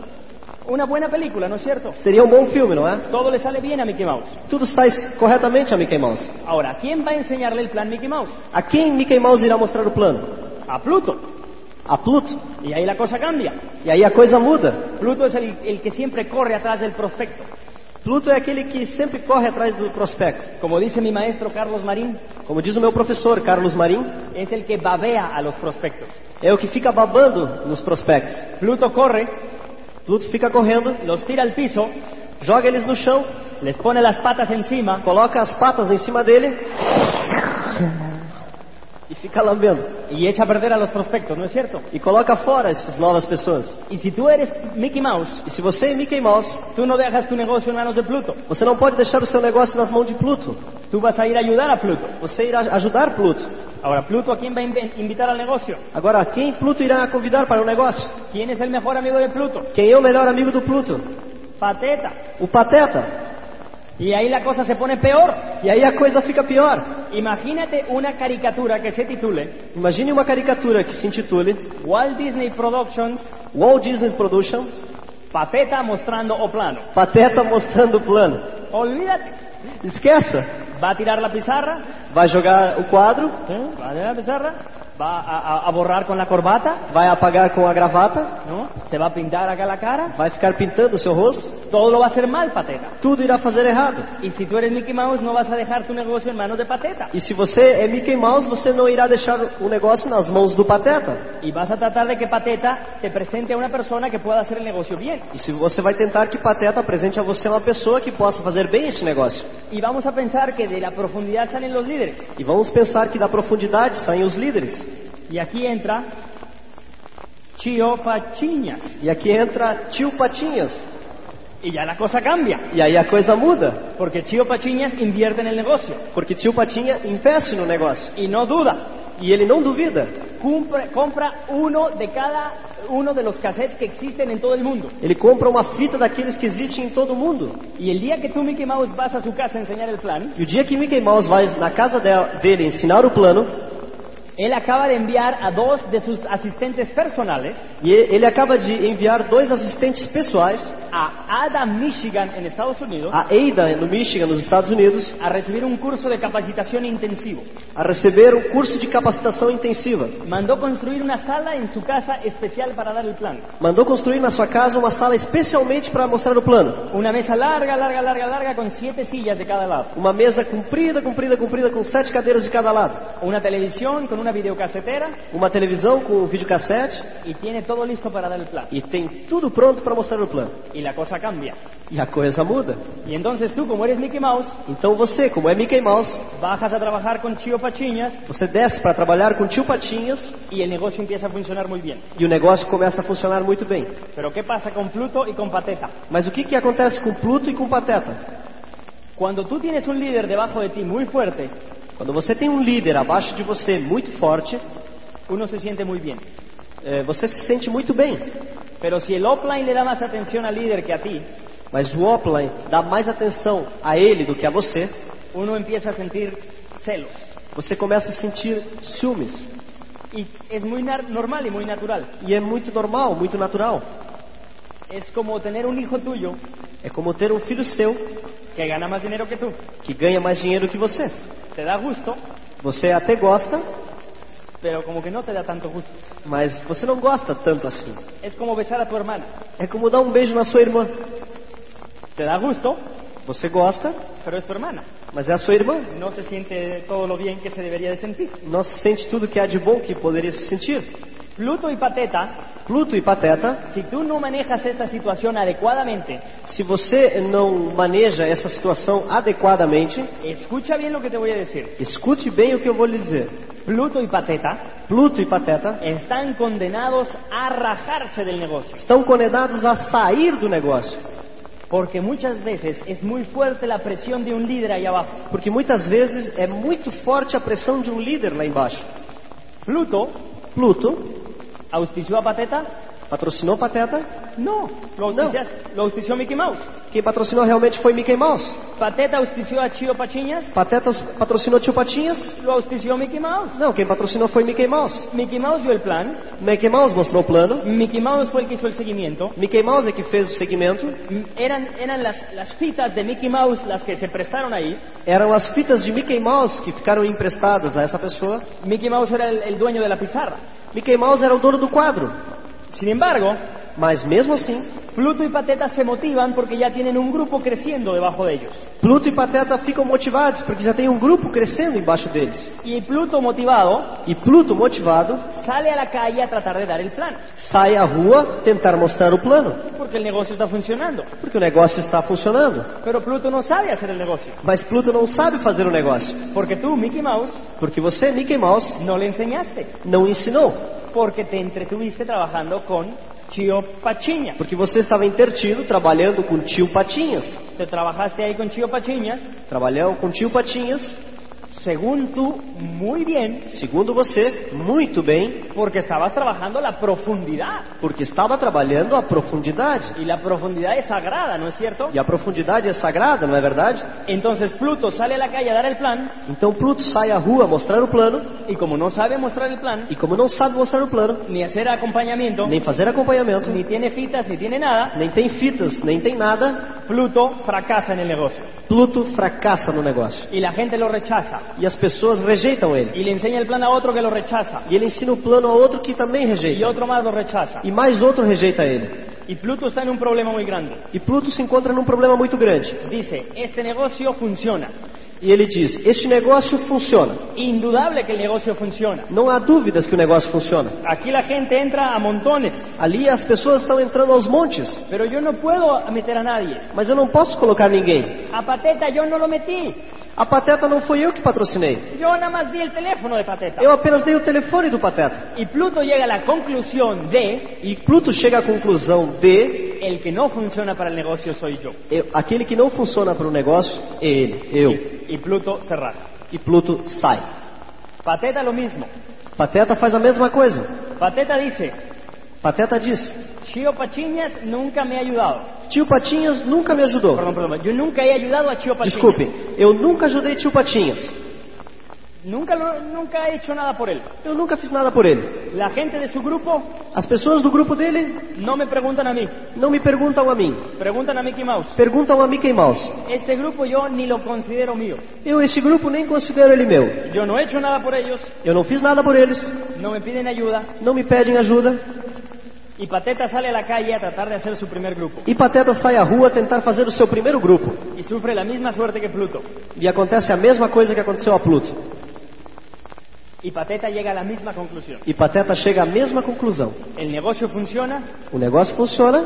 Una buena película, ¿no es cierto? Seria um bom filme, não é? Todo le sale bien a Mickey Mouse. Tudo sai corretamente a Mickey Mouse. Ahora, ¿quién va a enseñarle el plan Mickey Mouse? A quem Mickey Mouse irá mostrar o plano? A Pluto. A Pluto. Y ahí la cosa cambia. E aí a coisa muda. Pluto es el, el que siempre corre atrás del prospecto. Pluto é aquele que sempre corre atrás do prospecto. Como dice mi maestro Carlos Marín, Como diz o meu professor Carlos Marim, es el que babea a los prospectos. é o que fica babando nos prospectos. Pluto corre, Pluto fica correndo, los tira al piso, joga eles no chão, les pone las patas encima coloca as patas em cima dele e fica lambendo. y echa a perder a los prospectos, ¿no es cierto? E coloca fora essas novas pessoas. Y si tú eres Mickey Mouse, E se você é Mickey Mouse, tú no dejas tu negocio en manos de Pluto. você não pode deixar o seu negócio nas mãos de Pluto. Tú vas a ir a ayudar a Pluto. Você irá ajudar Pluto. Ahora, ¿Pluto a quién va a inv- invitar al negocio? Agora, quem Pluto irá convidar para o negócio? ¿Quién es el mejor amigo de Pluto? Quem é o melhor amigo do Pluto? Pateta. O Pateta. Y ahí la cosa se pone peor. E aí a coisa fica pior. Imagínate una caricatura que se titule Imagine uma caricatura que se intitule Walt Disney Productions Walt Disney Production Pateta mostrando o plano. Pateta mostrando o plano. Olvídate. Esqueça. Va a tirar la pizarra, Vai jogar o quadro, ¿eh? va a tirar la pizarra, va a, a- a borrar con la corbata, vai apagar com a gravata, ¿no? Se va a pintar acá la cara. vai ficar pintando o seu rosto. Todo lo va a hacer mal, Pateta. Tudo irá fazer errado. Y si tú eres Mickey Mouse, no vas a dejar tu negocio en manos de Pateta. E se você é Mickey Mouse, você não irá deixar o negócio nas mãos do Pateta. Y vas a tratar de que Pateta te presente a una persona que pueda hacer el negocio bien. E se você vai tentar que Pateta apresente a você uma pessoa que possa fazer bem esse negócio. Y vamos a pensar que de la profundidad salen los líderes. E vamos pensar que da profundidade saem os líderes. Y aquí entra Chio Pachiñas. E aqui entra tio Patinhas. Y ya la cosa cambia, E aí a coisa muda, porque Chio Pachiñas invierte en el negocio porque tio Patinha investe no negócio. y no duda. E ele não duvida. Cumpre- compra uno de cada uno de los cassettes que existen en todo el mundo. Ele compra uma fita daqueles que existem em todo o mundo. Y el día que tú, Mickey Mouse, vas a su casa a enseñar el plan, E o dia que Mickey Mouse vai na casa dela- dele ensinar o plano, Él acaba de enviar a dos de sus asistentes personales e e- ele acaba de enviar dois assistentes pessoais, a Ada, Michigan, en Estados Unidos, a Ada, no Michigan, nos Estados Unidos, a recibir un curso de capacitación intensivo. a receber um curso de capacitação intensiva. Mandó construir una sala en su casa especial para dar el plan. Mandou construir na sua casa uma sala especialmente para mostrar o plano. Una mesa larga, larga, larga, larga, con siete sillas de cada lado. Uma mesa comprida, comprida, comprida, com sete cadeiras de cada lado. Una televisión con una videocasetera Uma televisão com um videocassete y tiene todo listo para dar el plan. e tem tudo pronto para mostrar o plano. Y la cosa cambia. E a coisa muda. Y entonces tú, como eres Mickey Mouse, Então você, como é Mickey Mouse, bajas a trabajar con Chio Pachiñas você desce para trabalhar com tio Patinhas y el negocio empieza a funcionar muy bien. e o negócio começa a funcionar muito bem. Pero ¿qué pasa con Pluto y con Pateta? Mas o que, que acontece com Pluto e com Pateta? Cuando tú tienes un líder debajo de ti muy fuerte, Quando você tem um líder abaixo de você muito forte, uno se siente muy bien. eh, você se sente muito bem. Pero si el offline le da más atención al líder que a ti, Mas o offline dá mais atenção a ele do que a você. uno empieza a sentir celos. Você começa a sentir ciúmes. Y es muy nar- normal y muy natural. E é muito normal, muito natural. Es como tener un hijo tuyo É como ter um filho seu que gana más dinero que tú. que ganha mais dinheiro que você. Te da gusto, Você até gosta, pero como que no te da tanto gusto. mas você não gosta tanto assim. Es como besar a tu hermana. É como dar um beijo na sua irmã. Te da gusto, Você gosta, pero es tu hermana. mas é a sua irmã. No se siente todo lo bien que se debería de sentir. Não se sente tudo que há de bom que poderia se sentir. Pluto y Pateta, Pluto e Pateta, si tú no manejas esta situación adecuadamente, se você não maneja essa situação adequadamente, escucha bien lo que te voy a decir. escute bem o que eu vou lhe dizer. Pluto y Pateta Pluto e Pateta están condenados a rajarse del negocio, estão condenados a sair do negócio, porque muchas veces es muy fuerte la presión de un líder ahí abajo. porque muitas vezes é muito forte a pressão de um líder lá embaixo. Pluto Pluto auspició a Pateta? patrocinou Pateta. No, lo, auspicia- lo auspició Mickey Mouse. Quem patrocinou realmente foi Mickey Mouse. Pateta auspició a Chio Pachiñas? Pateta patrocinou Tio Patinhas. Lo auspició Mickey Mouse. Não, quem patrocinou foi Mickey Mouse. Mickey Mouse dio el plan, Mickey Mouse mostrou o plano. Mickey Mouse fue el que hizo el seguimiento. Mickey Mouse é que fez o segmento. M- Eran, eran las, las fitas de Mickey Mouse las que se prestaron ahí. Eram as fitas de Mickey Mouse que ficaram emprestadas a essa pessoa. Mickey Mouse era el- el dueño de la pizarra. Mickey Mouse era o dono do quadro, Sin embargo, mas mesmo assim, Pluto y Pateta se motivan porque ya tienen un grupo creciendo debajo de ellos. Pluto e Pateta ficam motivados porque já tem um grupo crescendo embaixo deles. Y Pluto motivado E Pluto, motivado, sale a la calle a tratar de dar el plan, sai à rua tentar mostrar o plano, porque el negocio está funcionando. porque o negócio está funcionando. Pero Pluto no sabe hacer el negocio, Mas Pluto não sabe fazer o negócio, porque tú, Mickey Mouse, porque você, Mickey Mouse, no le enseñaste, não ensinou, porque te entretuviste trabajando con Chio Pachiñas. porque você estava intertido trabalhando com o tio Patinhas. Te trabajaste ahí con Chio Pachiñas, Trabalhou com o tio Patinhas, según tú, muy bien, segundo você, muito bem, porque estabas trabajando la profundidad. porque estava trabalhando a profundidade. Y la profundidad es sagrada, ¿no es cierto? E a profundidade é sagrada, não é verdade? Entonces Pluto sale a la calle a dar el plan, Então Pluto sai à rua mostrar o plano, y como no sabe mostrar el plan, e como não sabe mostrar o plano, ni hacer acompañamiento, nem fazer acompanhamento, ni tiene fitas, ni tiene nada, nem tem fitas, nem tem nada, Pluto fracasa en el negocio. Pluto fracassa no negócio. Y la gente lo rechaza. E as pessoas rejeitam ele. Y le enseña el plan a otro que lo rechaza. E ele ensina o plano a outro que também Y rejeita. otro más lo rechaza. E mais outro rejeita ele. Y Pluto está en un problema muy grande. E Pluto se encontra num problema muito grande. Dice, este negocio funciona. E ele diz: Este negócio funciona. Indudable que el negocio funciona. Não há dúvidas que o negócio funciona. Aquí la gente entra a montones, Ali as pessoas estão entrando aos montes, pero yo no puedo meter a nadie. mas eu não posso colocar ninguém. A Pateta yo no lo metí. A Pateta não foi eu que patrocinei. Yo nada más di el teléfono de Pateta. Eu apenas dei o telefone do Pateta. Y Pluto llega a la conclusión de, E Pluto chega à conclusão de el que no funciona para el negocio soy yo. eu- aquele que não funciona para o negócio é ele, eu. Y, y Pluto se raja. E Pluto sai. Pateta lo mismo. Pateta faz a mesma coisa. Pateta dice, Pateta diz: Chio Pachiñas nunca me ha ayudado. Tio Patinhas nunca me ajudou. Perdón, perdón, yo nunca he ayudado a Chio Pachiñas. Desculpe, eu nunca ajudei Tio Patinhas. Nunca, lo- nunca he hecho nada por él. Eu nunca fiz nada por ele. La gente de su grupo As pessoas do grupo dele no me preguntan a mí, não me perguntam a mim, preguntan a Mickey Mouse. perguntam a Mickey Mouse. Este grupo yo ni lo considero mío. Eu esse grupo nem considero ele meu. Yo no he hecho nada por ellos, Eu não fiz nada por eles, no me piden ayuda. não me pedem ajuda, Y Pateta sale a la calle a tratar de hacer su primer grupo. E Pateta sai à rua tentar fazer o seu primeiro grupo. Y sufre la misma suerte que Pluto. E acontece a mesma coisa que aconteceu a Pluto. Y Pateta llega a la misma conclusión. E Pateta chega à mesma conclusão. El negocio funciona, O negócio funciona,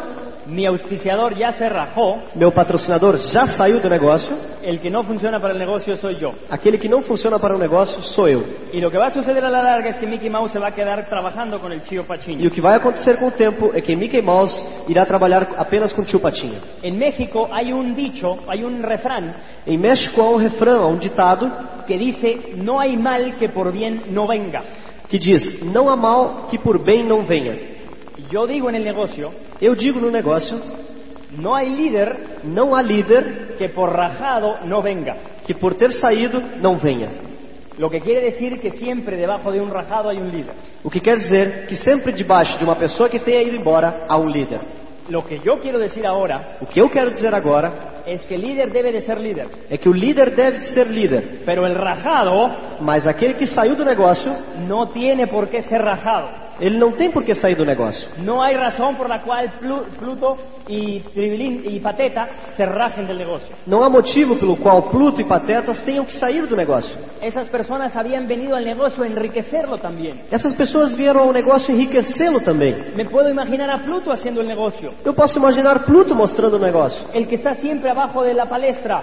mi auspiciador ya se rajó, meu patrocinador já saiu do negócio, el que no funciona para el negocio soy yo. aquele que não funciona para o negócio sou eu. Y lo que va a suceder a la larga es que Mickey Mouse se va a quedar trabajando con el Chio E Pachín. o que vai acontecer com o tempo é que Mickey Mouse irá trabalhar apenas com o tio Patinha. En México hay un dicho, hay un refrán Em México há um refrão, há um ditado que dice, no hay mal que por bien no venga. que diz: Não há mal que por bem não venha. Yo digo en el negocio, Eu digo no negócio: no hay líder não há líder que por rajado no venga. que por ter saído não venha. Lo que quiere decir que siempre debajo de un rajado hay un líder. O que quer dizer que sempre debaixo de uma pessoa que tenha ido embora há um líder. Lo que yo quiero decir ahora O que eu quero dizer agora es que el líder debe de ser líder, é que o líder deve ser líder, pero el rajado mas aquele que saiu do negócio, no tiene por qué ser rajado. ele não tem por que sair do negócio. No hay razón por la cual Plu- Pluto y, Tribilín y Pateta se rajen del negocio. Não há motivo pelo qual Pluto e Patetas tenham que sair do negócio. Esas personas habían venido al negocio a enriquecerlo también. Essas pessoas vieram ao negócio enriquecê-lo também. Me puedo imaginar a Pluto haciendo el negocio, Eu posso imaginar Pluto mostrando o negócio. el que está siempre abajo de la palestra,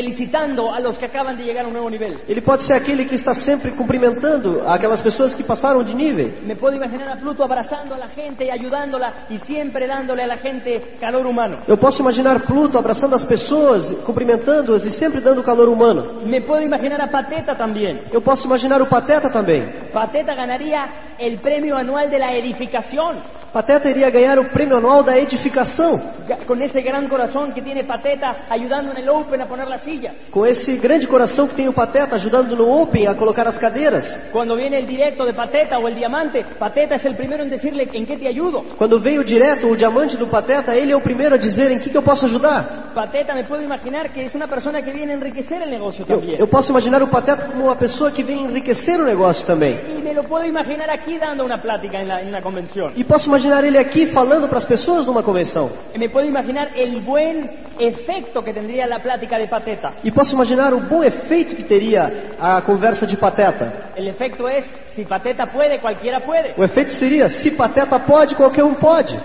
felicitando a los que acaban de llegar a un nuevo nivel. Ele pode ser aquele que está sempre cumprimentando aquelas pessoas que passaram de nível. Me puedo imaginar a Pluto abrazando a la gente y ayudándola y siempre dándole a la gente calor humano. Eu posso imaginar Pluto abraçando as pessoas, cumprimentando-as e sempre dando calor humano. Me puedo imaginar a Pateta también. Eu posso imaginar o Pateta também. Pateta ganaría el premio anual de la edificación. Pateta iria ganhar o prêmio anual da edificação, Ga- Con ese gran corazón que tiene Pateta ayudando en el Open a poner las sillas. com esse grande coração que tem o Pateta ajudando no Open a colocar as cadeiras. Cuando viene el directo de Pateta o el diamante, Pateta es el primero en decirle en qué te ayudo. Quando veio direto o diamante do Pateta, ele é o primeiro a dizer em que, que eu posso ajudar. Pateta me puedo imaginar que es una persona que viene a enriquecer el negocio Eu, también. eu posso imaginar o Pateta como uma pessoa que vem enriquecer o negócio também. Y me lo puedo imaginar aquí dando una plática en, la- en una convención. E posso imaginar ele aqui falando para as pessoas numa convenção. Me puedo imaginar el buen efecto que tendría la plática de pateta. E posso imaginar o bom efeito que teria a conversa de pateta. El efecto es, si pateta puede, cualquiera puede. O efeito seria: se pateta pode, qualquer um pode.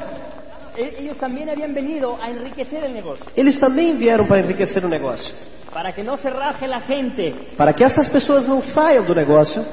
E- Ellos también habían venido a enriquecer el negocio, Eles também vieram para enriquecer o negócio. para que no se raje la gente. Para que essas pessoas não saiam do negócio,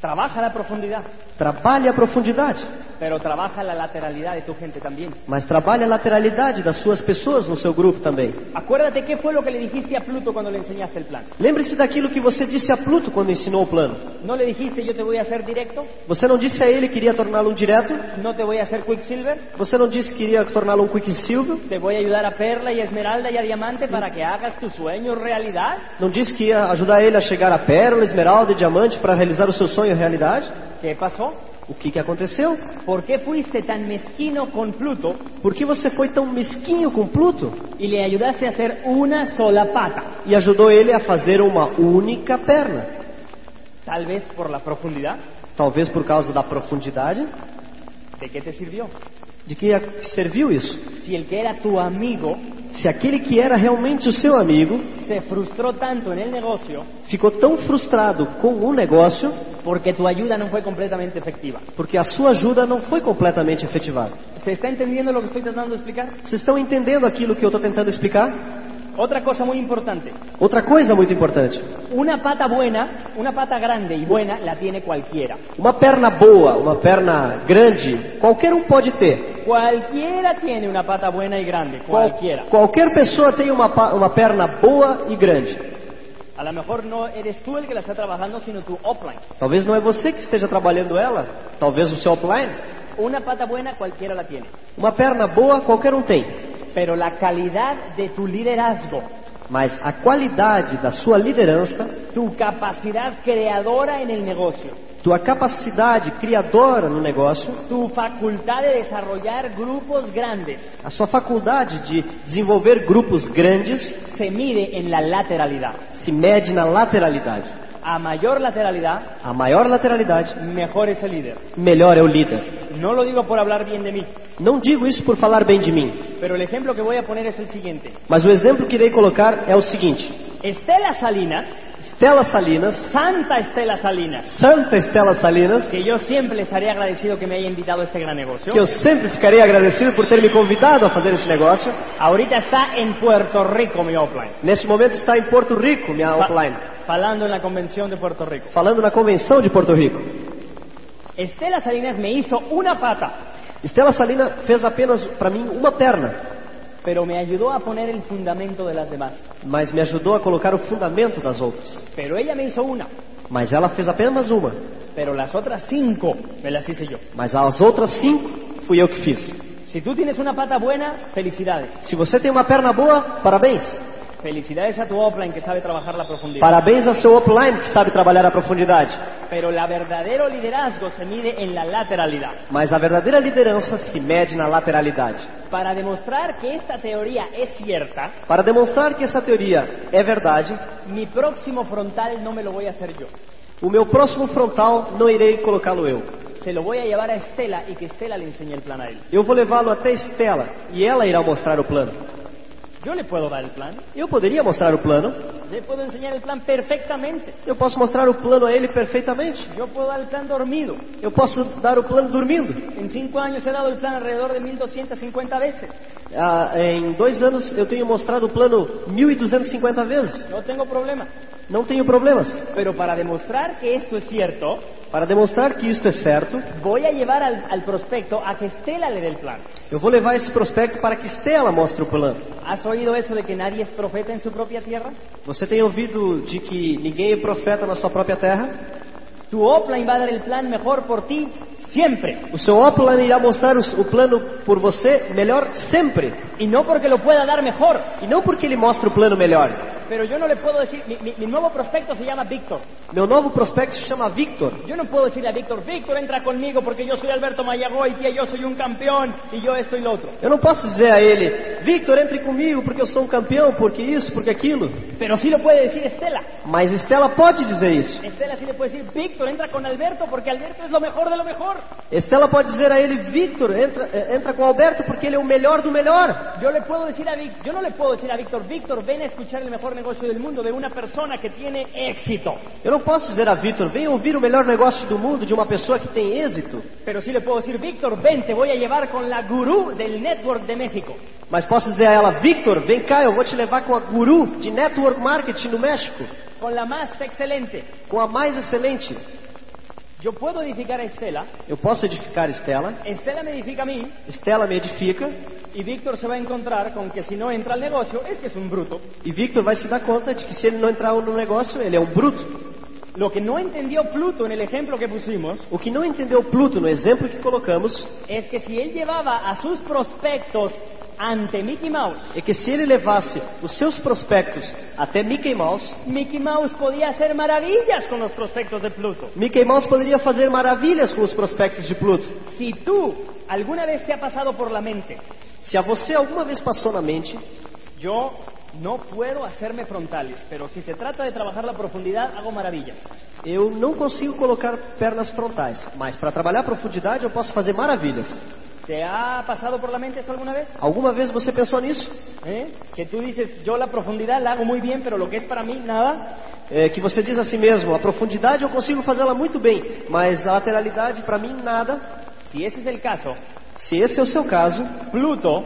Trabaja la profundidad, trabalhe a profundidade, pero trabaja la lateralidad de tu gente también. mas trabalhe a lateralidade das suas pessoas no seu grupo também. Acuérdate qué fue lo que le dijiste a Pluto cuando le enseñaste el plan. Lembre-se daquilo que você disse a Pluto quando ensinou o plano. No le dijiste yo te voy a hacer directo, Você não disse a ele que iria torná-lo um direto, no te voy a hacer Quicksilver, você não disse que iria torná-lo um quicksilver, te voy a ayudar a Perla y a Esmeralda y a Diamante para que hagas tu sueño realidad, não disse que ia ajudar ele a chegar a pérola, esmeralda e diamante para realizar o seu sonho realidade. ¿Qué pasó? O que, que aconteceu? ¿Por qué fuiste tan mezquino con Pluto Por que você foi tão mesquinho com Pluto y le ayudaste a hacer una sola pata? e ajudou ele a fazer uma única perna? Tal vez por la profundidad. Talvez por causa da profundidade. ¿De qué te sirvió? De que a- serviu isso? Si el que era tu amigo Se aquele que era realmente o seu amigo se frustró tanto en el negocio ficou tão frustrado com o negócio porque tu ayuda no fue completamente efectiva. porque a sua ajuda não foi completamente efetivada. ¿Se está entendiendo lo que estoy tratando de explicar? Vocês estão entendendo aquilo que eu estou tentando explicar? Otra cosa muy importante. Outra coisa muito importante: Una pata buena, una pata grande y buena la tiene cualquiera. uma perna boa, uma perna grande, qualquer um pode ter. Cualquiera tiene una pata buena y grande, Qual- cualquiera. qualquer pessoa tem uma, pa- uma perna boa e grande. A lo mejor no eres tú el que la está trabajando, sino tu offline. Talvez não é você que esteja trabalhando ela, talvez o seu offline. Una pata buena cualquiera la tiene. Uma perna boa qualquer um tem, Pero la calidad de tu liderazgo, mas a qualidade da sua liderança tu capacidad creadora en el negocio, tua capacidade criadora no negócio, tu facultad de desarrollar grupos grandes, a sua faculdade de desenvolver grupos grandes se mide en la lateralidad. se mede na lateralidade. A mayor lateralidad, A maior lateralidade, mejor es el líder. melhor é o líder. No lo digo por hablar bien de mí, Não digo isso por falar bem de mim, pero el ejemplo que voy a poner es el siguiente. mas o exemplo que irei colocar é o seguinte: Estela Salinas, Estela Salinas, Santa Estela Salinas, Santa Estela Salinas, que yo siempre le estaré agradecido que me haya invitado a este gran negocio, que eu sempre ficarei agradecido por ter me convidado a fazer esse negócio. ahorita está en Puerto Rico, mi offline. Neste momento está em Porto Rico, minha Fa- offline, falando en la convención de Puerto Rico. falando na convenção de Porto Rico. Estela Salinas me hizo una pata, Estela Salinas fez apenas para mim uma perna. pero me ayudó a poner el fundamento de las demás. mas me ajudou a colocar o fundamento das outras. Pero ella me hizo una, Mas ela fez apenas uma, pero las otras cinco me las hice yo. mas as outras cinco fui eu que fiz. Si tú tienes una pata buena, felicidades. Se você tem uma perna boa, parabéns. Felicidades a tu offline que sabe trabajar la profundidad. Parabéns ao seu offline que sabe trabalhar a profundidade. Pero el verdadero liderazgo se mide en la lateralidad. Mas a verdadeira liderança se mede na lateralidade. Para demostrar que esta teoría es cierta, Para demonstrar que essa teoria é verdade, mi próximo frontal no me lo voy a hacer yo. o meu próximo frontal não irei colocá-lo eu. Se lo voy a llevar a Estela y que Estela le enseñe el plan a él. Eu vou levá-lo até Estela e ela irá mostrar o plano. Yo le puedo dar el plan, Eu poderia mostrar o plano, le puedo enseñar el plan perfectamente. eu posso mostrar o plano a ele perfeitamente. Yo puedo dar el plan dormido. Eu posso dar o plano dormindo. En cinco años he dado el plan alrededor de 1250 veces. Ah, em dois anos eu tenho mostrado o plano 1.250 vezes. No tengo problema. Não tenho problemas. Pero para demostrar que esto es cierto, Para demonstrar que isto é certo, voy a llevar al, al prospecto a que Estela le dé el plan. eu vou levar esse prospecto para que Estela mostre o plano. ¿Has oído eso de que nadie es profeta en su propia tierra? Você tem ouvido de que ninguém é profeta na sua própria terra? Tu offline va a dar el plan mejor por ti siempre. O seu offline irá mostrar os- o plano por você melhor sempre. Y no porque lo pueda dar mejor, E não porque ele mostra o plano melhor, Pero yo no le puedo decir, mi, mi- mi nuevo prospecto se llama Víctor. Meu novo prospecto se chama Victor. Yo no puedo decirle a Víctor, Víctor entra conmigo porque yo soy Alberto Mayagoy, tía, yo soy un campeón y yo esto y lo otro. Eu não posso dizer a ele, Victor, entre comigo porque eu sou um campeão, porque isso, porque aquilo. Pero sí lo puede decir Estela. Mas Estela pode dizer isso. Estela sí le puede decir, Víctor entra con Alberto porque Alberto es lo mejor de lo mejor. Estela pode dizer a ele, Victor, entra, eh, entra com o Alberto porque ele é o melhor do melhor. Yo le puedo decir a Víctor, yo no le puedo decir a Víctor, Víctor, ven a escuchar el mejor negocio del mundo de una persona que tiene éxito. Eu não posso dizer a Victor, vem ouvir o melhor negócio do mundo de uma pessoa que tem êxito. Pero sí le puedo decir, Víctor, ven, te voy a llevar con la gurú del Network de México. Mas posso dizer a ela, Victor, vem cá, eu vou te levar com a guru de network marketing no México, Con la más excelente. com a mais excelente. Yo puedo edificar a Estela, Eu posso edificar Estela, Estela me edifica a mí Estela me edifica y Víctor se va a encontrar con que si no entra al negocio es que es un bruto. e Victor vai se dar conta de que se ele não entrar no negócio, ele é um bruto. Lo que no entendió Pluto en el ejemplo que pusimos O que não entendeu Pluto no exemplo que colocamos es que si él llevava a sus prospectos ante Mickey Mouse, é que se ele levasse os seus prospectos até Mickey Mouse, Mickey Mouse podía hacer maravillas con los prospectos de Pluto. Mickey Mouse poderia fazer maravilhas com os prospectos de Pluto. Si tú alguna vez te ha pasado por la mente, Se a você alguma vez passou na mente, yo no puedo hacerme frontales, pero si se trata de trabajar la profundidad, hago maravillas. eu não consigo colocar pernas frontais, mas para trabalhar a profundidade eu posso fazer maravilhas. ¿Te ha pasado por la mente eso alguna vez? Alguma vez você pensou nisso? ¿Eh? Que tú dices, yo la profundidad la hago muy bien, pero lo que es para mí, nada. É, que você diz a si mesmo, a profundidade eu consigo fazê-la muito bem, mas a lateralidade para mim nada. Si ese es el caso, Se esse é o seu caso, Pluto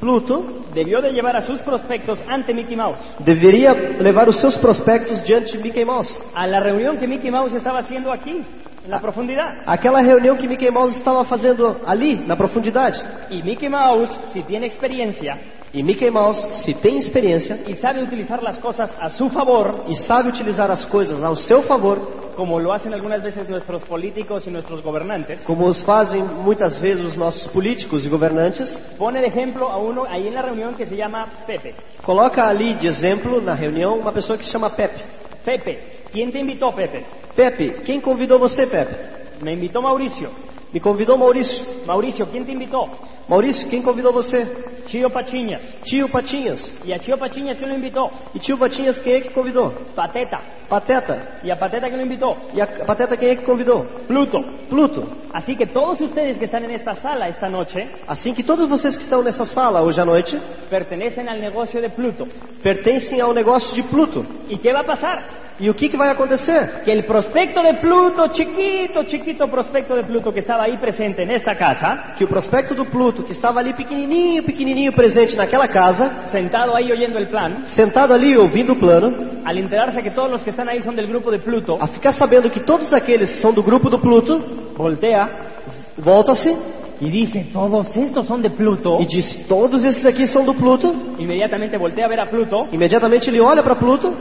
Pluto debió de llevar a sus prospectos ante Mickey Mouse. deveria levar os seus prospectos diante de Mickey Mouse. a la reunión que Mickey Mouse estaba haciendo aquí, en la profundidad. Aquela reunião que Mickey Mouse estava fazendo ali, na profundidade. Y Mickey Mouse, si tiene experiencia E Mickey Mouse, se tem experiência y sabe utilizar las cosas a su favor, e sabe utilizar as coisas ao seu favor, como lo hacen algunas veces nuestros políticos y nuestros governantes, como os fazem muitas vezes os nossos políticos e governantes, pone de ejemplo a uno ahí en la reunión que se llama Pepe. coloca ali de exemplo na reunião uma pessoa que se chama Pepe. Pepe, ¿quién te invitó, Pepe? Pepe, quem convidou você, Pepe? Me invitó Mauricio. Me convidou Maurício. Mauricio, ¿quién te invitó? Maurício, quem convidou você? Chío Pachiñas. Tio Patinhas. ¿Y a Chío Pachiñas quién lo invitó? E tio Patinhas, quem é que convidou? Pateta. Pateta. ¿Y a Pateta quién lo invitó? E a Pateta, quem é que convidou? Pluto. Pluto. Así que todos ustedes que están en esta sala esta noche Assim que todos vocês que estão nessa sala hoje à noite pertenecen al negocio de Pluto. pertencem ao negócio de Pluto. ¿Y qué va a pasar? E o que, que vai acontecer? Que el prospecto de Pluto, chiquito, chiquito prospecto de Pluto que estaba ahí presente en esta casa, Que o prospecto do Pluto, que estava ali pequenininho, pequenininho presente naquela casa, sentado ahí oyendo el plan, sentado ali ouvindo o plano, al enterarse que todos los que están ahí son del grupo de Pluto, a ficar sabendo que todos aqueles são do grupo do Pluto, voltea volta-se y dice, todos estos son de Pluto. e diz: Todos esses aqui são do Pluto. Inmediatamente voltea a ver a Pluto Imediatamente ele olha para Pluto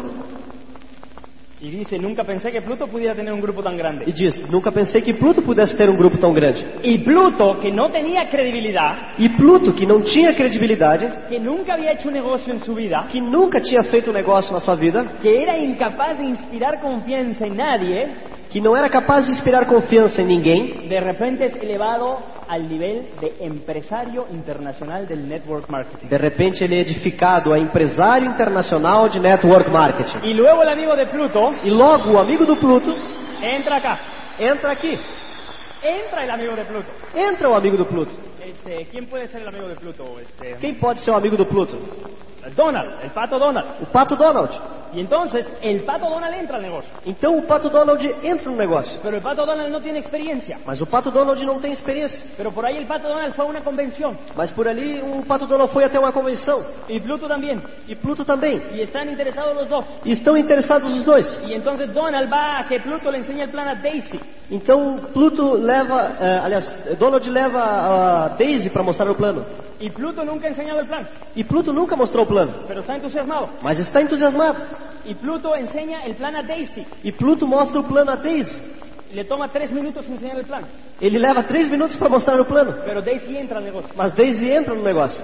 y dice, nunca pensé que Pluto pudiera tener un grupo tan e grande. diz: Nunca pensei que Pluto pudesse ter um grupo tão grande. Y Pluto, que no tenía credibilidad, E Pluto, que não tinha credibilidade, que nunca había hecho un negocio en su vida, que nunca tinha feito um negócio na sua vida, que era incapaz de inspirar confianza en nadie, que não era capaz de inspirar confiança em ninguém, De repente es elevado al nivel de empresario internacional del network marketing. de repente ele é edificado a empresário internacional de network marketing. Y luego el amigo de Pluto E logo o amigo do Pluto entra acá. entra aqui. Entra el amigo de Pluto. Entra o amigo do Pluto. Este, ¿Quién puede ser el amigo de Pluto? Este, Quem pode ser o amigo do Pluto? Donald, el pato Donald. O Pato Donald. Y entonces el pato Donald entra al negocio. Então o Pato Donald entra no negócio. Pero el pato Donald no tiene experiencia. Mas o Pato Donald não tem experiência. Pero por ahí el pato Donald fue a una convención. Mas por ali o Pato Donald foi até uma convenção. Y Pluto también. E Pluto também. Y están interesados los dos. E estão interessados os dois. Y entonces Donald va a que Pluto le enseñe el plan a Daisy. Então Pluto leva, eh, aliás, Donald leva a Daisy para mostrar o plano. Y Pluto nunca ha enseñado el plan. E Pluto nunca mostrou o plano, Pero está entusiasmado. mas está entusiasmado. Y Pluto enseña el plan a Daisy. E Pluto mostra o plano a Daisy. Le toma tres minutos enseñar el plan. Ele leva três minutos para mostrar o plano, Pero Daisy entra al negocio. mas Daisy entra no negócio.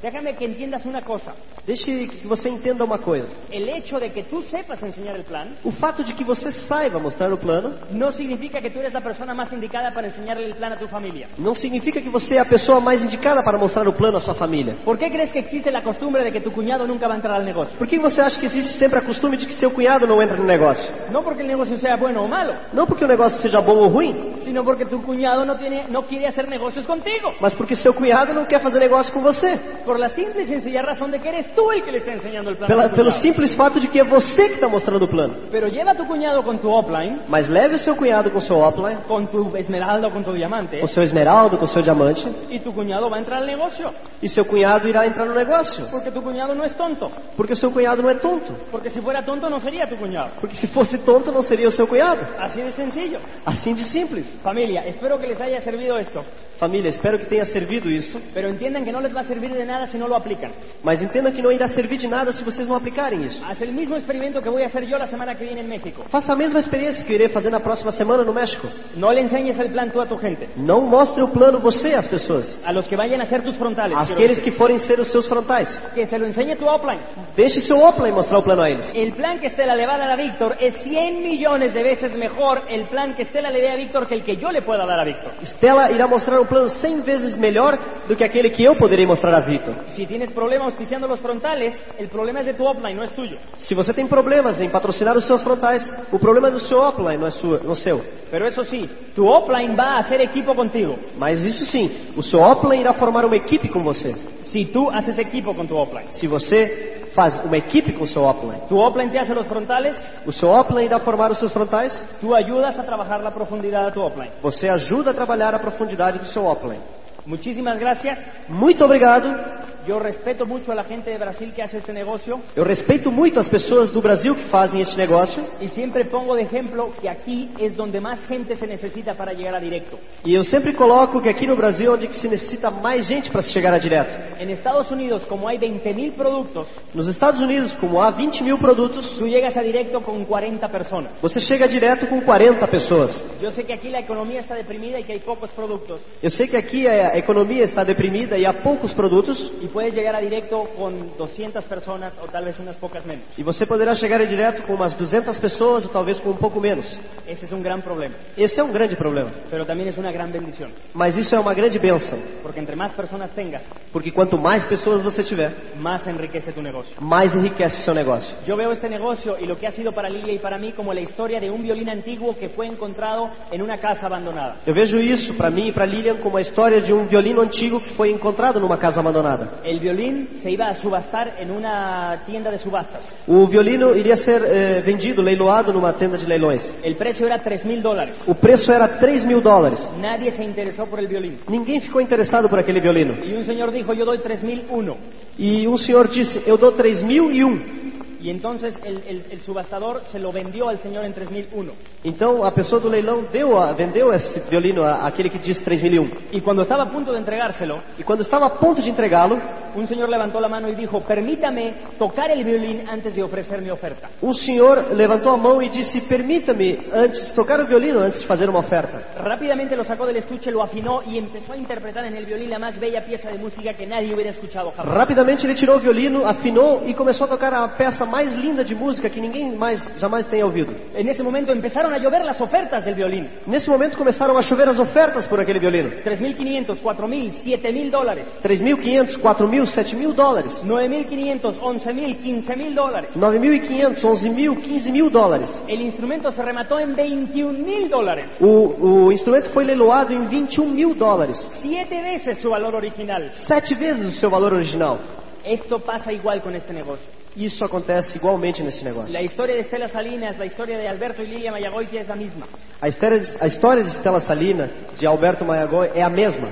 Déjame que entiendas una cosa. Deixe que você entenda uma coisa. El hecho de que tú sepas enseñar el plan O fato de que você saiba mostrar o plano no significa que tú eres la persona más indicada para enseñarle el plan a tu familia. não significa que você é a pessoa mais indicada para mostrar o plano à sua família. ¿Por qué crees que existe la costumbre de que tu cuñado nunca va a entrar al negocio? Por que você acha que existe sempre a costume de que seu cunhado não entra no negócio? No porque el negocio sea bueno o malo, Não porque o negócio seja bom ou ruim, sino porque tu cuñado no, tiene, no quiere hacer negocios contigo. mas porque seu cunhado não quer fazer negócio com você. Por la simple y sencilla razón de que eres tú el que le está enseñando el plan. a Pela- tu pelo cuñado. simples fato de que é você que está mostrando o plano. Pero lleva a tu cuñado con tu offline, Mas leve o seu cunhado com o seu offline, con tu esmeralda o con tu diamante, com o seu esmeralda, com o seu diamante, y tu cuñado va a entrar al negocio. e seu cunhado irá entrar no negócio. Porque tu cuñado no es tonto. Porque o seu cunhado não é tonto. Porque si fuera tonto no sería tu cuñado. Porque se fosse tonto, não seria o seu cunhado. Así de sencillo. Assim de simples. Familia, espero que les haya servido esto. Família, espero que tenha servido isso. Pero entiendan que no les va a servir de nada si no lo aplican. Mas entenda que não irá servir de nada se vocês não aplicarem isso. Haz el mismo experimento que voy a hacer yo la semana que viene en México. Faça a mesma experiência que eu irei fazer na próxima semana no México. No le enseñes el plan tú a tu gente. Não mostre o plano você às pessoas. A los que vayan a hacer tus frontales. quiero Aqueles decir. que forem ser os seus frontais. Que se lo enseñe tu offline. Deixe seu offline mostrar o plano a eles. El plan que Estela le va a dar a Víctor es 100 millones de veces mejor el plan que Estela le dé a Víctor que el que yo le pueda dar a Víctor. Estela irá mostrar um plano 100 vezes melhor do que aquele que eu poderei mostrar a Vitor. Si tienes problema auspiciando los frontales, el problema es de tu offline, no es tuyo. Se você tem problemas em patrocinar os seus frontais, o problema é do seu offline, não é sua, não seu. Pero eso sí, tu offline va a hacer equipo contigo. Mas isso sim, o seu offline irá formar uma equipe com você. Si tú haces equipo con tu offline. Se você faz uma equipe com o seu offline, Tu offline te hace los frontales, o seu offline irá formar os seus frontais, tú ayudas a trabajar la profundidad a tu offline. você ajuda a trabalhar a profundidade do seu offline. Muchísimas gracias. Muito obrigado. Yo respeto mucho a la gente de Brasil que hace este negocio Eu respeito muito as pessoas do Brasil que fazem este negócio y siempre pongo de ejemplo que aquí es donde más gente se necesita para llegar a directo. e eu sempre coloco que aqui no Brasil é onde que se necessita mais gente para se chegar a direto. En Estados Unidos, como hay 20.000 productos, Nos Estados Unidos, como há 20 mil produtos, tú llegas a directo con 40 personas. você chega direto com 40 pessoas. Yo sé que aquí la economía está deprimida y que hay pocos productos Eu sei que aqui a economia está deprimida e há poucos produtos, y puedes llegar a directo con 200 personas o tal vez unas pocas menos. e você poderá chegar em direto com umas 200 pessoas ou talvez com um pouco menos. Ese es un gran problema, Esse é um grande problema, pero también es una gran bendición, mas isso é uma grande benção, porque entre más personas tengas, porque quanto mais pessoas você tiver, más enriquece tu negocio. mais enriquece o seu negócio. Yo veo este negocio y lo que ha sido para Lilia y para mí como la historia de un violín antiguo que fue encontrado en una casa abandonada. Eu vejo isso para mim e para Lilian como a história de um violino antigo que foi encontrado numa casa abandonada. El violín se iba a subastar en una tienda de subastas. O violino iria ser eh, vendido, leiloado numa tenda de leilões. El precio era tres mil dólares. O preço era 3 mil dólares. Nadie se interesó por el violín. Ninguém ficou interessado por aquele violino. Y un señor dijo, yo doy 3001. E um senhor disse: Eu dou 3 mil e um. Y entonces el, el- el subastador se lo vendió al señor en 3001. Então a pessoa do leilão deu a- vendeu esse violino a- àquele que diz 3001. Y cuando estaba a punto de entregárselo, E quando estava a ponto de entregá-lo, un señor levantó la mano y dijo, permítame tocar el violín antes de ofrecer mi oferta. um senhor levantou a mão e disse: Permita-me antes tocar o violino antes de fazer uma oferta. Rápidamente lo sacó del estuche, lo afinó y empezó a interpretar en el violín la más bella pieza de música que nadie hubiera escuchado jamás. Rapidamente ele tirou o violino, afinou e começou a tocar a peça mais linda de música que ninguém mais jamais tenha ouvido. En ese momento empezaron a llover las ofertas del violín. Nesse momento começaram a chover as ofertas por aquele violino. 3.500, 4.000, 7.000 dólares, 3.500, 4.000, 7.000 dólares. 9.500, 11.000, 15.000 dólares. 9.500, 11.000, 15.000 dólares. El instrumento se remató en 21 mil dólares, O, o instrumento foi leiloado em 21 mil dólares. siete veces su valor original. Sete vezes o seu valor original. Esto pasa igual con este negocio. Isso acontece igualmente nesse negócio. La historia de Estela Salinas, la historia de Alberto y Lilia Mayagoitia es la misma. A história, de, a história de Stella Salina, de Alberto Maiagó, é a mesma.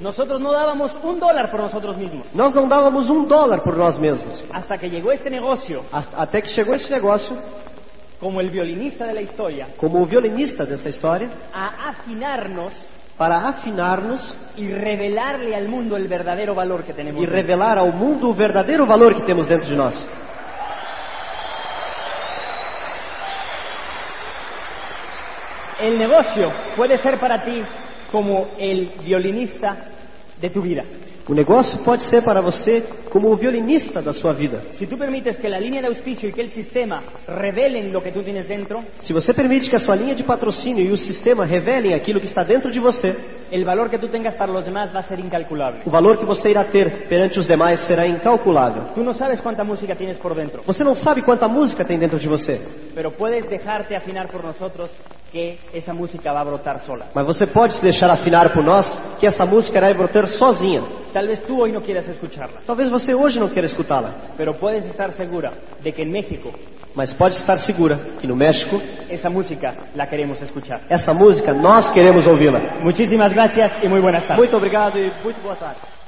Nosotros no dábamos un dólar por nosotros mismos. Nós não dávamos um dólar por nós mesmos. Hasta que llegó este negocio, As- Até que chegou esse negócio, como el violinista de la historia, como o violinista dessa história, a afinarnos para afinar-nos y revelarle al mundo el verdadero valor que tenemos. e revelar ao mundo o verdadeiro valor que temos dentro de nós. El negocio puede ser para ti como el violinista de tu vida. O negócio pode ser para você como o violinista da sua vida. Si tú permites que la línea de auspicio y que el sistema revelen lo que tú tienes dentro, Se você permite que a sua linha de patrocínio e o sistema revelem aquilo que está dentro de você, el valor que tú tengas para los demás va a ser incalculable. o valor que você irá ter perante os demais será incalculável. Tú no sabes cuánta música tienes por dentro, Você não sabe quanta música tem dentro de você, pero puedes dejarte afinar por nosotros que esa música va a brotar sola. mas você pode se deixar afinar por nós que essa música irá brotar sozinha. Tal vez tú hoy no quieras escucharla, Talvez você hoje não queira escutá-la, pero puedes estar segura de que en México mas pode estar segura que no México esa música la queremos escuchar. essa música nós queremos ouvi-la. Muchísimas gracias y muy buenas tardes. Muito obrigado e muito boa tarde.